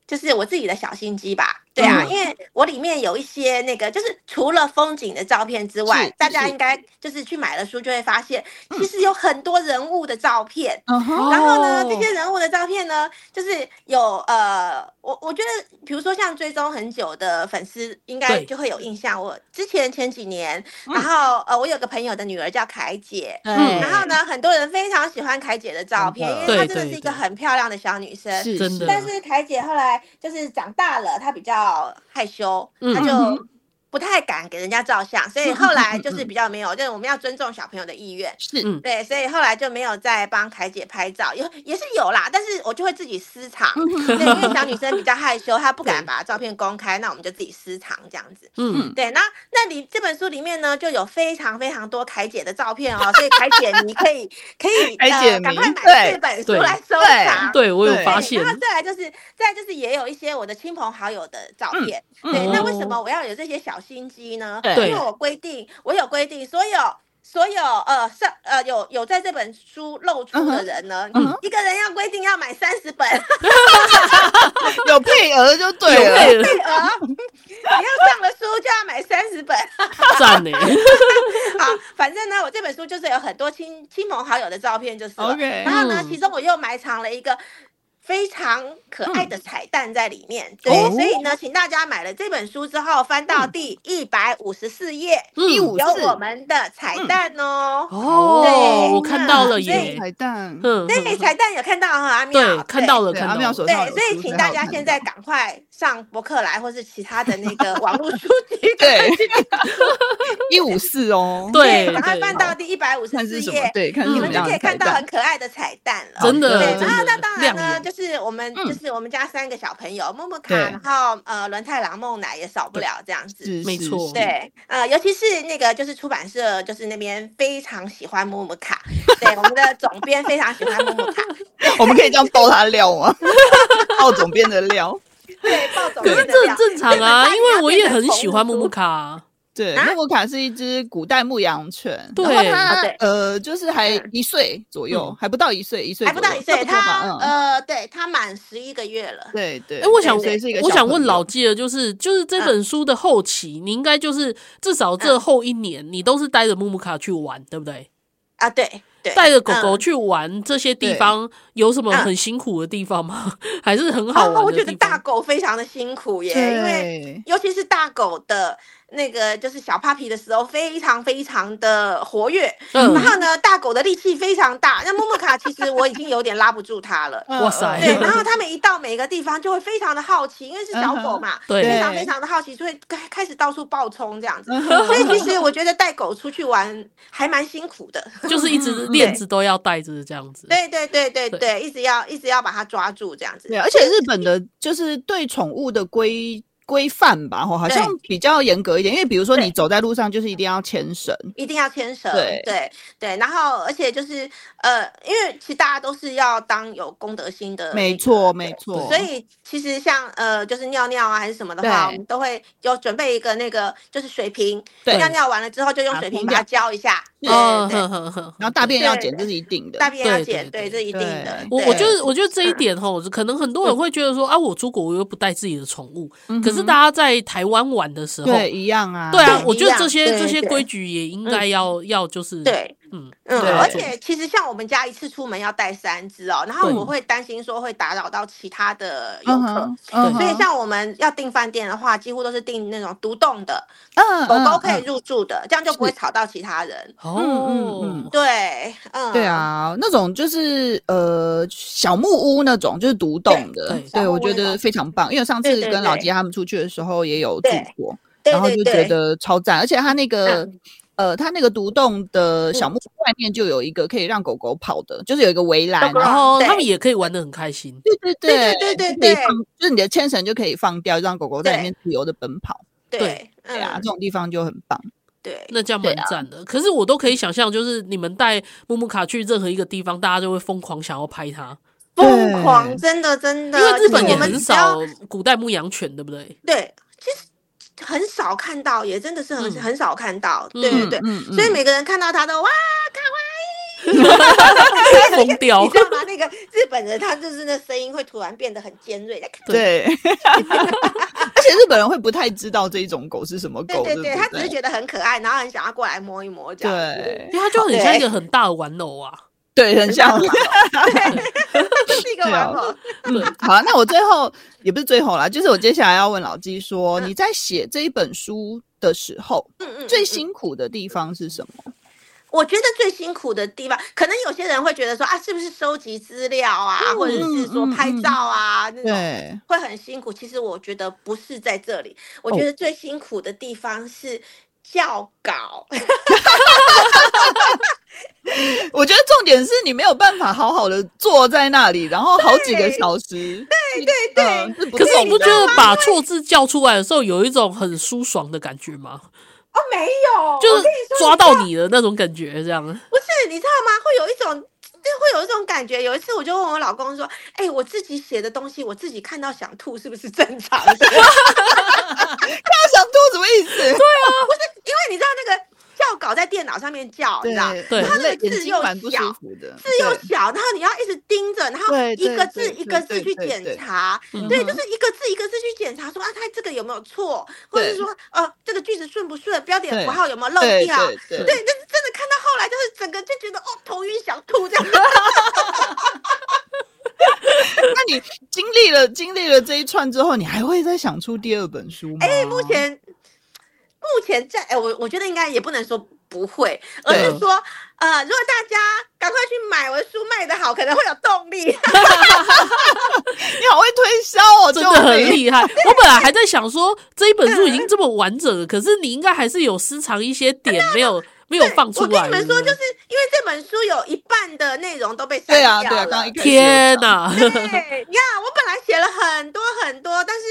S3: 就是我自己的小心机吧，对啊，
S1: 嗯
S3: 因为我里面有一些那个，就是除了风景的照片之外
S2: 是，
S3: 大家
S2: 是
S3: 应该就是去买了书就会发现，其实有很多人物的照片，
S2: 嗯哼，
S3: 然后呢，
S1: 哦
S3: 这些人物的照片呢，就是有呃，我我觉得，比如说像追踪很久的粉丝，应该
S1: 对
S3: 就会有印象。我之前前几年，然后呃，我有个朋友的女儿叫凯姐。
S1: 嗯
S2: 哎
S3: 然后呢，很多人非常喜欢凯姐的照片，因
S2: 真
S1: 的对
S3: 为她真的
S1: 对
S3: 是一个
S1: 对
S3: 很漂亮的小女生。
S2: 是
S1: 真的
S3: 但是凯姐后来就是长大了，她比较害羞，
S1: 嗯
S3: 她就不太敢给人家照相，所以后来就是比较没有，就是我们要尊重小朋友的意愿，
S2: 是
S1: 嗯
S3: 对，所以后来就没有再帮凯姐拍照，也也是有啦，但是我就会自己私藏，
S2: 嗯
S3: 对，因为小女生比较害羞，她不敢把照片公开，那我们就自己私藏这样子。
S1: 嗯，
S3: 对，那那里这本书里面呢，就有非常非常多凯姐的照片哦，所以凯姐你可以可 以
S2: 凯姐
S3: 呃、赶
S2: 迷
S3: 快买
S2: 对
S3: 这本书
S1: 对
S3: 来收
S2: 对
S3: 藏。
S1: 对我有
S2: 对
S1: 发
S3: 对
S1: 现
S3: 然，后再来就是，再来就是也有一些我的亲朋好友的照
S2: 嗯
S3: 片。
S2: 嗯
S3: 对，那为什
S1: 哦
S3: 么我要有这些小心机呢？
S2: 对
S1: 对
S3: 因为我规定，我有规定，所有。所有呃上呃有有在这本书露出
S2: 嗯
S3: 的
S2: 哼
S3: 人呢，
S1: 嗯哼
S3: 一个人要规定要买三十本
S2: 有配额就对
S1: 有
S2: 了，
S1: 配
S3: 配额，你要上了书就要买三十本。
S1: 赞欸呢，
S3: 好，反正呢，我这本书就是有很多亲亲朋好友的照片，就是了
S2: OK
S3: 然后呢，
S1: 嗯
S3: 其中我又埋藏了一个非常可爱
S1: 嗯
S3: 的彩蛋在里面。对，
S2: 哦
S3: 所以呢，请大家买了这本书之后，翻到第一百五十四页，
S2: 一
S1: 嗯，
S2: 五
S3: 有我
S2: 四
S3: 们的彩蛋哦。
S1: 哦，
S3: 对
S1: 我看到了
S3: 那所以
S1: 耶，
S2: 彩蛋，
S1: 嗯，
S3: 所以彩蛋有看到哈，阿妙
S1: 对，看到。了，
S2: 对
S1: 看
S2: 阿
S1: 到
S2: 妙
S1: 了，
S2: 手
S3: 对
S2: 上，有
S3: 所以
S2: 书
S3: 请
S2: 才
S3: 大
S2: 好
S3: 家
S2: 看
S3: 现在赶快上博客来，或是其他的那个网络书籍，
S2: 对一五四 哦，
S1: 对
S3: 赶快
S1: 对
S3: 翻到第一百五十
S2: 看
S3: 四
S2: 是什么
S3: 页，，
S2: 对，看是
S3: 你
S2: 什
S3: 们
S2: 么
S3: 就
S2: 样
S3: 嗯可
S2: 的
S3: 以
S2: 彩
S3: 看到很
S2: 蛋，
S3: 可爱的彩蛋了。
S1: 真的，
S3: 对，
S1: 真
S3: 然后那
S1: 的
S3: 当然
S1: 亮
S3: 呢，
S1: 眼，
S3: 就是我们
S2: 嗯
S3: 就是我们家三个小朋友，默默卡，
S2: 对
S3: 然后呃轮太郎、梦奶也少不了这样子。
S2: 是
S1: 没
S2: 是
S1: 错
S2: 是
S3: 对，呃，尤其是那个就是出版社，就是那边非常喜欢木木卡，对，我们的总编非常喜欢木木卡，
S2: 我们可以这样爆他料吗？爆总编的料，
S3: 对，鲍总
S1: 可
S3: 编
S1: 是
S3: 的
S1: 这
S3: 料
S1: 很正常啊，因为我也很喜欢木木。
S3: 对
S1: 卡啊，
S2: 对，
S3: 啊
S2: 莫古卡是一只古代牧羊犬，
S1: 对
S2: 然后
S3: 啊
S2: 它
S3: 对
S2: 呃就是还一岁左右
S1: 嗯，
S2: 还不到一岁，一岁
S3: 还不到
S2: 左
S3: 一
S2: 右
S3: 岁，
S2: 差不多吧
S3: 他
S2: 嗯，
S3: 呃，对他满十一个月了。
S2: 对对。
S1: 哎，我想
S2: 对是一个小
S1: 我想问
S2: 朋友
S1: 老纪的，就是就是这
S3: 嗯
S1: 本书的后期，你应该就是至少这后一年，你都是带着木木卡去玩，对不对？
S3: 啊，对对，
S1: 带着狗狗
S3: 嗯
S1: 去玩这些地
S2: 对
S1: 方，有什么
S3: 嗯
S1: 很辛苦的地方吗？ 还是很好玩的地
S3: 哦，
S1: 方？
S3: 我觉得大狗非常的辛苦耶，因为
S2: 对。
S3: 尤其是大狗的那个就是小 puppy 的时候，非常非常的活跃。
S1: 嗯
S3: 然后呢，大狗的力气非常大。那木木卡其实我已经有点拉不住它了
S2: 嗯
S1: 哇塞
S3: 对，
S2: 嗯
S3: 然后他们一到每个地方就会非常的好奇，因为是小狗嘛，
S1: 对
S3: 非常
S2: 对
S3: 非常的好奇，就会开开始到处暴冲这 样子。
S2: 嗯哼
S3: 所以其实我觉得带狗出去玩还蛮辛苦的。
S1: 就是一直链子都要带着这样子。
S3: 嗯对对对对
S1: 对
S3: 对，一直要一直要把它抓住这样子。
S2: 对，而且日本的就是对宠物的规规范吧，吼，好像比较严格一点，因为比如说
S3: 对
S2: 你走在路上就是一定要牵绳，
S3: 一定要牵绳，
S2: 对
S3: 对对然后而且就是呃，因为其实大家都是要当有公德心的，
S2: 没错，没错，
S3: 所以其实像呃，就是尿尿啊还是什么的话，
S2: 对
S3: 我们都会有准备一个那个就是水瓶，
S2: 对
S3: 尿尿完了之后就用
S2: 把它
S3: 水瓶
S2: 冲
S3: 把它
S2: 掉
S3: 浇一下，对
S1: 哦，
S3: 对
S1: 哼哼哼
S2: 然后大便要
S3: 对
S2: 捡这是一定的，
S3: 大便要
S1: 对对
S3: 减，
S1: 对
S3: 对，这一定的
S2: 对。
S1: 我
S3: 对嗯
S1: 我觉得，我觉得这一点吼，可能很多人会觉得说啊，我出国我又不带自己的宠物，
S2: 嗯哼
S1: 可是大家在台湾玩的时候，
S2: 对一样啊，
S1: 对啊
S3: 对，
S1: 我觉
S3: 一
S1: 得
S3: 样
S1: 这些
S3: 对
S1: 这些
S3: 对嗯
S1: 规矩也应该要要就是，
S3: 对，
S1: 嗯
S3: 嗯，
S2: 对
S3: 而且其实像我们家一次出门要带三只哦，然后
S1: 对
S3: 我会担心说会打扰到其他的游
S2: 嗯
S3: 客
S2: 哼，，嗯
S3: 所以
S2: 哼
S3: 像我们要订饭店的话，几乎都是订那种独栋的，
S2: 嗯
S3: 狗狗
S2: 嗯
S3: 可
S2: 嗯
S3: 以入住的，这样就不会吵到其他人。
S1: 哦
S2: 嗯，
S3: 对，嗯，
S2: 对，啊，那种就是呃小木屋那种，就是独栋的
S1: 对，
S2: 对
S3: 小木
S2: 我
S3: 屋
S2: 觉
S3: 那
S2: 得
S3: 种
S2: 非常棒，因为我上
S3: 对
S2: 次
S3: 对
S2: 跟老
S3: 对
S2: 吉他们出去的时候也有住
S3: 对
S2: 过，
S3: 对
S2: 然后
S3: 对
S2: 就觉
S3: 对，
S2: 得超赞，而且它那个
S3: 嗯
S2: 呃，它那个独栋的小木屋外面就有一个可以让狗狗跑的，就是有一个围栏，然
S3: 狗
S2: 后
S1: 然后
S3: 对啊
S1: 他们也可以玩的很开心，
S2: 对对对
S3: 对对对
S2: 就可以
S3: 对
S2: 放，就是你的牵绳就可以放掉，让狗狗在
S3: 对
S2: 里面自由的奔跑，
S3: 对，
S2: 对啊，
S3: 嗯
S2: 这，种地方就很棒，
S3: 对，啊
S1: 那这样蛮赞的。可是我都可以想象，就是你们带木木卡去任何一个地方，大家就会疯狂想要拍它，
S3: 疯狂，真的真的，
S1: 因为日本
S3: 啊就
S1: 也
S3: 是我们
S1: 很
S3: 只
S1: 少
S3: 要
S1: 古代牧羊犬，对不 对？
S3: 对，其实很少看到，也真的是很
S1: 嗯
S3: 很少看到，
S1: 嗯
S3: 对对对，
S2: 嗯嗯，
S3: 所以每个人看到它都哇，啊
S1: 疯掉
S3: 你，知道吗？那个日本人他就是那声音会突然变得很尖锐，
S2: 对， 而且日本人会不太知道这一种狗是什么
S3: 对
S2: 狗，
S3: 对
S2: 不
S3: 对，他只是觉得很可爱，然后很想要过来摸一摸这样子。
S2: 对
S1: 因为它就很像一个很大的玩偶啊。
S2: 对，很像。
S3: 是一个玩偶。
S2: 嗯，好、啊，那我最后也不是最后啦，就是我接下来要问老纪说，
S3: 嗯
S2: 你在写这一本书的时候，
S3: 嗯嗯，
S2: 最
S3: 嗯
S2: 辛苦的地方是什么？
S3: 我觉得最辛苦的地方，可能有些人会觉得说啊，是不是收集资料啊，或者是说
S2: 嗯嗯
S3: 拍
S2: 嗯
S3: 照啊、那种。
S2: 对，
S3: 会很辛苦。其实我觉得不是在这里，我
S2: 哦
S3: 觉得最辛苦的地方是校稿。 哦
S2: 我觉得重点是你没有办法好好的坐在那里，然后好几个
S3: 对
S2: 小时。对
S3: 对对，
S2: 是不
S4: 可是
S2: 对
S4: 你不
S2: 的
S4: 觉得把错字叫出来的时候，有一种很舒爽的感觉吗？
S3: 哦，没有，
S4: 就
S3: 我
S4: 是
S3: 跟你说
S4: 抓到你的那种感觉，这样。
S3: 不是，你知道吗？会有一种。就会有一种感觉，有一次我就问我老公说：“哎、我自己写的东西，我自己看到想吐，是不是正常的？
S2: 他想吐什么意思？
S3: 因为你知道那个校稿在电脑上面校，你知道，
S4: 对
S2: 对，
S3: 啊他那
S2: 眼
S3: 个
S2: 眼
S3: 字
S2: 睛
S3: 又
S2: 蛮不舒
S3: 小
S2: 服的，
S3: 字又
S2: 对
S3: 小，然后你要一直盯着，然后
S2: 对
S3: 一个
S2: 对
S3: 字
S2: 对
S3: 一个字
S2: 对
S3: 去
S2: 对对
S3: 检查，
S2: 嗯
S3: 对，
S2: 哼
S3: 就是一个字一个字去检查，说啊，它这个有没有错，或者
S2: 对
S3: 是说呃，这个句子顺不顺，标点
S2: 对
S3: 符号有没有漏
S2: 对
S3: 掉？
S2: 对对
S3: 对，但是真的看到后来，就是整个就觉得哦，头晕想吐这样。
S2: 那你经历了经历了这一串之后，你还会再想出第二本书吗？
S3: 哎，目前目前在哎，我我觉得应该也不能说不会，而是
S2: 对
S3: 说呃，如果大家赶快去买，我的书卖得好，可能会有动力。
S2: 你好会推销哦，
S4: 真
S2: 救
S4: 的很
S2: 命
S4: 厉 害。我本来还在想说这一本书已经这么完整了，可是你应该还是有私藏一些点没 有没有
S3: 对
S4: 放出
S3: 我跟
S4: 来。
S3: 你们说，
S4: 对不
S3: 就
S4: 对
S3: 是因为这本书有一半的内容都被删
S2: 对
S3: 掉了。
S2: 啊，对啊，刚刚一开始有
S4: 天
S2: 讲
S4: 哪，
S3: 对呀，我本来写了很多很多，但是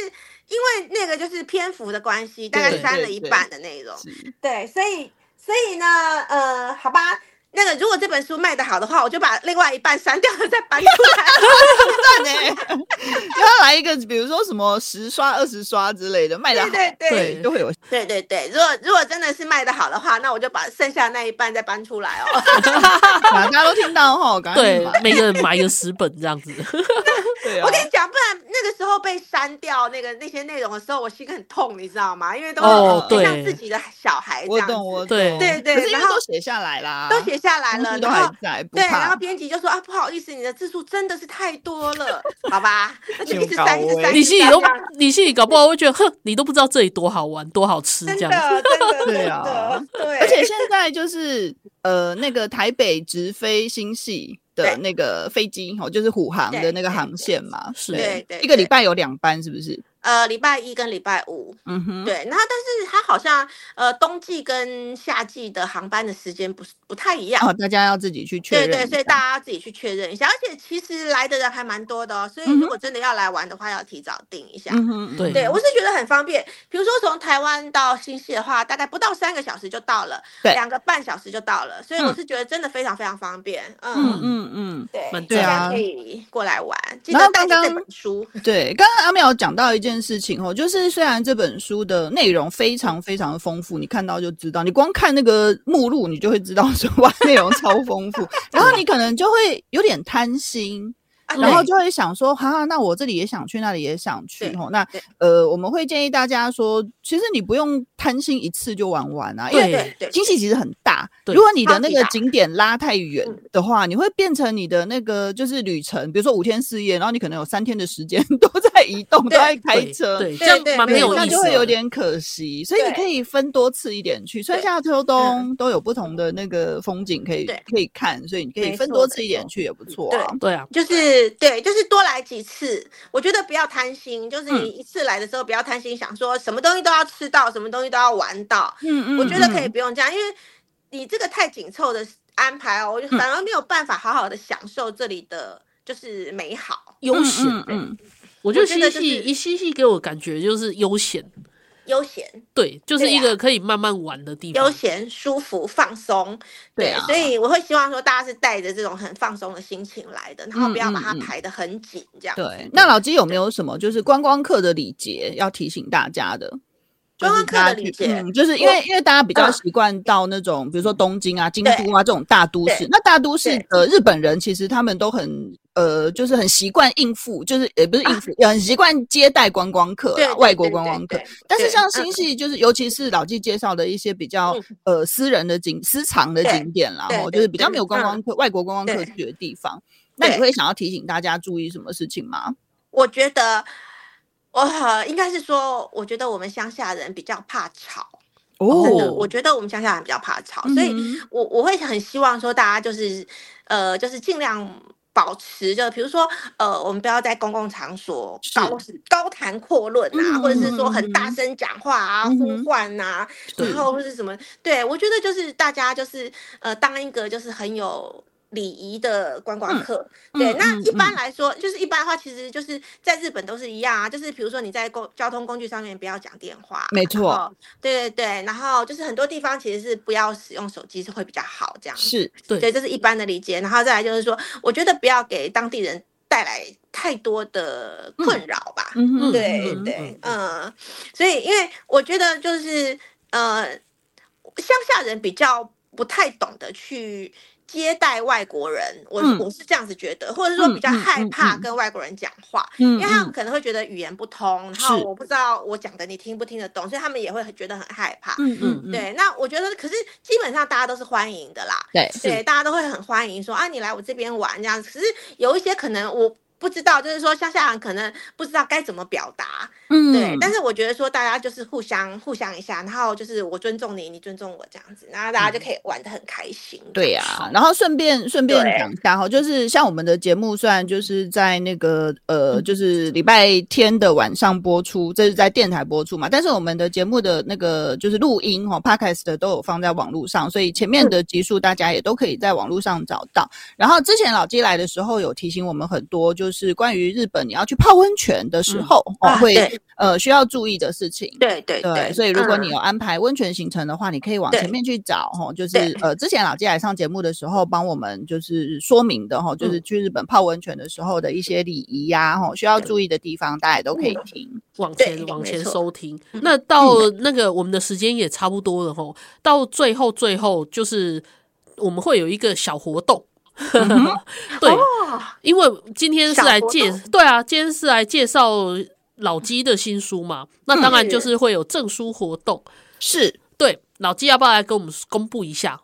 S3: 因为那个就是篇幅的关系，大概
S2: 对
S3: 删了
S2: 对
S3: 一
S2: 对
S3: 半的内容。
S2: 是
S3: 对，所以所以呢，呃，好吧，那个如果这本书卖的好的话，我就把另外一半删掉了再搬出来。
S2: 赞呢，就要来一个，比如说什么十刷、二十刷之类的，卖的好
S3: 对，对对
S2: 就会有。
S3: 对对对，如果如果真的是卖的好的话，那我就把剩下那一半再搬出来 哦。
S2: 啊大家都听到哈，赶快去
S4: 对
S2: 买，
S4: 每个人买个十本这样 子，
S2: 对啊
S3: 我跟你讲，不然那个时候被删掉那个那些内容的时候，我心很痛，你知道吗？因为都
S4: 哦
S3: 是像
S4: 对
S3: 自己的小孩这
S2: 我
S3: 样子。
S2: 懂，我懂，
S4: 对
S3: 对对
S2: 可是因为
S3: 然后
S2: 都写下来啦，
S3: 都写下来
S2: 东
S3: 了，
S2: 西都
S3: 然
S2: 还
S3: 后
S2: 在，不
S3: 对，然后
S2: 怕。
S3: 编辑就说啊，不好意思，你的字数真的是太多了，好 吧？那就一直
S2: 就搞
S3: 删，一直
S2: 我
S3: 删，
S4: 你
S3: 一直
S4: 心里
S3: 删
S4: 都
S3: 这样
S4: 你心里搞不好会觉得，哼，你都不知道这里多好玩多好吃
S3: 真
S4: 这
S3: 的，真
S4: 样子。
S3: 的，
S2: 对
S3: 真
S2: 啊
S3: 的， 对，
S2: 而且现在就是呃，那个台北直飞新系的
S3: 对
S2: 那个飞机哦，就是虎航的
S3: 对
S2: 那个
S3: 对
S2: 航线嘛，
S4: 是
S3: 对对
S2: 一个
S3: 对
S2: 礼拜有两班，是不是？
S3: 呃，礼拜一跟礼拜五，
S2: 嗯哼，
S3: 对，然后但是它好像呃，冬季跟夏季的航班的时间不是不太一样。
S2: 哦，大家要自己去确
S3: 对
S2: 认一下。
S3: 对，所以大家要自己去确认一下，而且其实来的人还蛮多的哦，所以
S2: 嗯
S3: 如
S2: 哼
S3: 果真的要来玩的话，要提早订一下。
S2: 嗯哼，
S4: 对
S3: 对，我是觉得很方便。比如说从台湾到新西的话，大概不到三个小时就到了，
S2: 对
S3: 两个半小时就到了，所以我
S2: 嗯
S3: 是觉得真的非常非常方便。
S2: 嗯
S3: 嗯，
S2: 嗯嗯。
S3: 对，
S4: 蛮
S3: 大
S2: 赞
S3: 家
S2: 的
S3: 可以过来玩，记
S2: 然后
S3: 得带
S2: 刚
S3: 着这
S2: 刚
S3: 本书。
S2: 嗯对，刚刚阿妙有讲到一件事情哦，就是虽然这本书的内容非常非常丰富，你看到就知道，你光看那个目录，你就会知道说 哇，内容超丰富，然后你可能就会有点贪心。
S3: 啊
S2: 然后
S3: 对
S2: 就会想说，哈，那我这里也想去，那里也想去
S3: 对
S2: 吼。那
S3: 对
S2: 呃，我们会建议大家说，其实你不用贪心一次就玩完啊，因为
S4: 对
S3: 对对，
S2: 经济其实很大，
S4: 对
S2: 如果你的那
S3: 超级
S2: 个
S3: 大嗯
S2: 景点拉太远的话，你会变成你的那个就是旅程，比如说五天四夜，然后你可能有三天的时间 都在移动，都
S3: 对
S2: 在开
S4: 对
S2: 车，
S4: 对，
S3: 对
S4: 这样
S3: 对
S4: 蛮
S3: 对
S4: 没有
S2: 那
S4: 意
S2: 就
S4: 思
S2: 会
S4: 的。
S2: 有点可惜。所以你
S3: 对
S2: 可以分多次一点去，春
S3: 对嗯
S2: 夏秋冬都有不同的那个风景可以
S3: 对
S2: 可以看，所以你可以
S3: 没
S2: 分
S3: 错
S2: 多
S3: 没
S2: 次一点
S3: 错
S2: 去也不错
S3: 对
S2: 啊。
S4: 对啊，
S3: 就是对，就是多来几次。我觉得不要贪心，就是
S2: 嗯
S3: 你一次来的时候不要贪心，想说什么东西都要吃到，什么东西都要玩到。
S2: 嗯
S3: 我觉得可以不用这样，因为你这个太紧凑的安排哦，我就
S2: 嗯
S3: 反而没有办法好好的享受这里的就是美好、
S4: 悠闲。
S2: 嗯嗯，
S4: 我觉得
S3: 我觉得
S4: 嬉戏
S3: 就是
S4: 一嬉戏给我感觉就是悠闲，
S3: 悠
S2: 嗯
S3: 闲、
S4: 对，就是
S3: 对
S4: 一
S3: 啊
S4: 个可以慢慢玩的地
S3: 悠
S4: 方。
S3: 闲、舒服、放松。
S2: 对啊
S3: 所以我会希望说大家是带着这种很放松的心情来的，然后
S2: 嗯
S3: 不要把它
S2: 嗯嗯
S3: 排得很紧，这样。
S2: 对。那老鸡有没有什么就是观光客的礼节要提醒大家的？
S3: 观光
S2: 就是大
S3: 客
S2: 家
S3: 的理
S2: 去
S3: 解，
S2: 嗯，就是因
S3: 我
S2: 为因为大家比较
S3: 嗯
S2: 习惯到那种，比如说东京啊、京
S3: 对
S2: 都啊这种大都市
S3: 对。
S2: 那大都市
S3: 对
S2: 的日本人其实他们都很呃，就是很习惯应付，就是也不是应付，也很习惯接待观光客
S3: 啊对
S2: 啦，
S3: 对
S2: 啊外国
S3: 对
S2: 观
S3: 对
S2: 光客
S3: 对。
S2: 但是
S3: 对
S2: 像
S3: 嗯
S2: 新系，就是尤其是老纪介绍的一些比较
S3: 嗯
S2: 呃私人的景、私藏的
S3: 对
S2: 景点啦，
S3: 对
S2: 哦，
S3: 对
S2: 就是比较
S3: 对
S2: 没有观
S3: 嗯
S2: 光客、外国观光客
S3: 对
S2: 去的地方。那你
S3: 对
S2: 会想要提醒大家注意什么事情吗？
S3: 我觉得我呃应该是说，我觉得我们乡下人比较怕吵。
S2: 哦
S3: 真的，我觉得我们乡下人比较怕吵，所以
S2: 嗯
S3: 我我会很希望说大家就是呃，就是尽量。保持就比如说，呃，我们不要在公共场所
S2: 是
S3: 高高谈阔论啊，
S2: 嗯
S3: 或者是说
S2: 嗯嗯
S3: 很大声讲话啊、
S2: 嗯哼
S3: 呼唤啊，然后或是什么？对我觉得就是大家就是呃，当一个就是很有礼仪的观光客，对，
S2: 嗯
S3: 那
S2: 嗯
S3: 一般
S2: 嗯
S3: 来说，就是一般的话，其实就是在日本都是一样啊，就是比如说你在公交通工具上面不要讲电话，
S2: 没
S3: 然
S2: 错
S3: 后，对对对，然后就是很多地方其实是不要使用手机是会比较好这样，
S2: 是
S3: 对，这是一般的理解。然后再来就是说，我觉得不要给当地人带来太多的困扰吧，
S2: 嗯哼
S3: 对
S2: 嗯
S3: 对，嗯，所以因为我觉得就是呃，乡下人比较不太懂得去接待外国人，我、
S2: 嗯
S3: 我是这样子觉得，或者说比较
S2: 嗯嗯
S3: 害
S2: 嗯
S3: 怕
S2: 嗯
S3: 跟外国人讲话，
S2: 嗯
S3: 因为他们可能会觉得语言不通，然后
S2: 是
S3: 我不知道我讲的你听不听得懂，所以他们也会很觉得很害怕。
S2: 嗯嗯嗯，
S3: 对，那我觉得，可是基本上大家都是欢迎的啦。
S2: 对
S3: 对，大家都会很欢迎说啊，你来我这边玩这样。可是有一些可能我不知道，就是说乡下人可能不知道该怎么表达，
S2: 嗯
S3: 对。但是我觉得说大家就是互相互相一下，然后就是我尊重你，你尊重我这样子，然后大家就可以玩的很开心。
S2: 对呀、然后顺便顺便
S3: 对
S2: 讲一下哈，就是像我们的节目，虽然就是在那个
S3: 嗯
S2: 呃，就是礼拜天的晚上播出，这是在电台播出嘛，但是我们的节目的那个就是录音哈、哦、，podcast 都有放在网络上，所以前
S3: 嗯
S2: 面的集数大家也都可以在网络上找到。然后之前老鸡来的时候有提醒我们很多，就是关于日本你要去泡温泉的时候、哦，
S3: 啊
S2: 会、
S3: 对
S2: 呃需要注意的事情。
S3: 对对
S2: 对，所以如果你
S3: 嗯
S2: 有安排温泉行程的话，你可以往
S3: 对
S2: 前面去找哈，吼就是
S3: 对
S2: 呃，之前老季来上节目的时候帮我们就是说明的哈，吼就是去日本泡温泉的时候的一些礼仪呀，哈，需要注意的地方，大家也都可以听。
S1: 往
S3: 对
S1: 前往
S3: 没
S1: 前
S3: 错嗯
S1: 收听。那到那个我们的时间也差不多了吼，到最后最后就是我们会有一个小活动。 对，因为今天是
S3: 嗯哦小
S1: 来
S3: 活
S1: 介
S3: 动
S1: 对啊，今天是来介绍老鸡的新书嘛，那当然
S3: 是
S1: 就是会有证书活动。
S2: 是，
S1: 对，老鸡要不要来跟我们公布一下？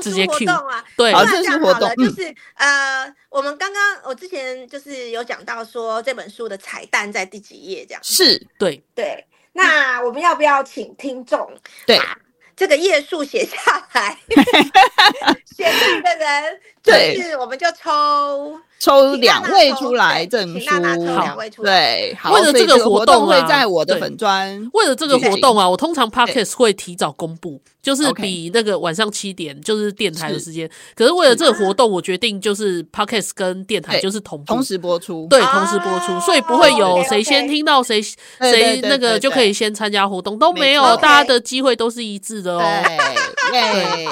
S1: 直接
S3: 活
S1: cue
S3: 动啊，
S1: 对，
S2: 好
S3: 那
S2: 这
S3: 这
S2: 是
S3: 样
S2: 活
S3: 好了，
S2: 动
S3: 就
S2: 嗯
S3: 是呃，我们刚刚我之前就是有讲到说这本书的彩蛋在第几页这样，
S2: 是，
S1: 对，
S3: 对。那我们要不要请听众
S2: 嗯对，
S3: 这个页数写下 来，写信的人，
S2: 对
S3: 就是我们就抽，
S2: 抽
S3: 请
S2: 两
S3: 娜娜
S2: 位
S3: 抽
S2: 出来
S3: 对
S2: 证
S3: 请
S2: 书
S3: 娜娜抽，
S1: 好
S3: 两位出来，
S2: 对，好，
S1: 为了
S2: 所以
S1: 这个
S2: 个
S1: 活
S2: 活动
S1: 动
S2: 会
S1: 啊
S2: 在我的
S1: 对
S2: 粉砖，
S1: 为了这个
S2: 对
S1: 活动啊，我通常 podcast 会提早公布，就是
S2: OK
S1: 比那个晚上七点就是电台的
S2: 是
S1: 时间。可是为了这个活动，我决定就是 podcast 跟电台
S2: 对
S1: 就是同步
S2: 同时播出。
S1: 对
S3: 啊
S1: 同时播出，所以不会有
S3: OK，OK
S1: 谁先听到谁
S2: 对对
S1: 谁
S2: 对
S1: 那个
S2: 对
S1: 就可以先参加活动，都没有
S2: 没，错
S1: 大家的机会都是一致的哦。
S2: 对，耶，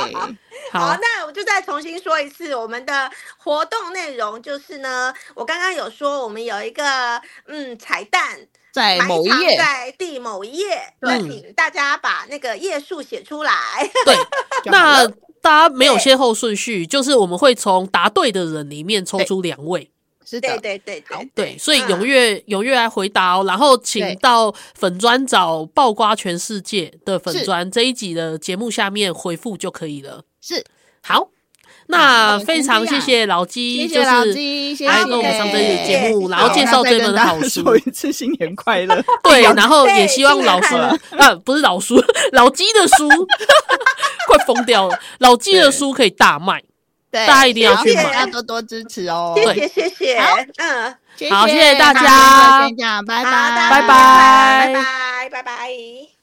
S3: 好
S1: 好，，
S3: 那我就再重新说一次，我们的活动内容就是呢，我刚刚有说我们有一个嗯彩蛋，
S2: 在
S3: 埋
S2: 哎某一
S3: 藏
S2: 页，
S3: 在第某一页，
S2: 对
S3: 那请大家把那个页数写出来。
S1: 对，
S2: 就好
S1: 那
S2: 了
S1: 大家没有先后顺序，就是我们会从答对的人里面抽出两位。
S2: 是
S3: 对
S2: 的，
S3: 对对对
S1: 对，所以
S3: 嗯
S1: 踊跃踊跃来回答哦，然后请
S2: 对
S1: 到粉砖找“爆瓜全世界”的粉砖这一集的节目下面回复就可以了。
S2: 是，
S1: 好，
S2: 那我
S1: 那
S2: 们
S1: 非
S2: 先
S1: 常
S2: 这
S1: 谢
S2: 样
S1: 谢老鸡，
S2: 谢
S1: 就
S2: 谢老
S1: 是
S2: 鸡，谢谢
S1: 来跟我们上这期节目，
S3: 谢谢
S1: 然后介绍这本好书，
S2: 说一次新年快乐。
S1: 对，然后
S3: 对
S1: 也希望
S3: 新年
S1: 老叔
S3: 快乐
S1: 啊，不是老叔，老鸡的书 快疯掉了，老鸡的
S2: 对
S1: 书可以大卖。
S2: 对，
S1: 大家一定要
S3: 去买
S2: 大家多多支持哦。
S3: 谢谢谢谢，
S2: 好
S3: 嗯，
S2: 谢
S1: 好谢谢
S2: 谢
S1: 大家
S2: 那今天就先这样，拜
S3: 好
S2: 拜，
S3: 大家
S1: 拜拜
S3: 拜拜拜拜。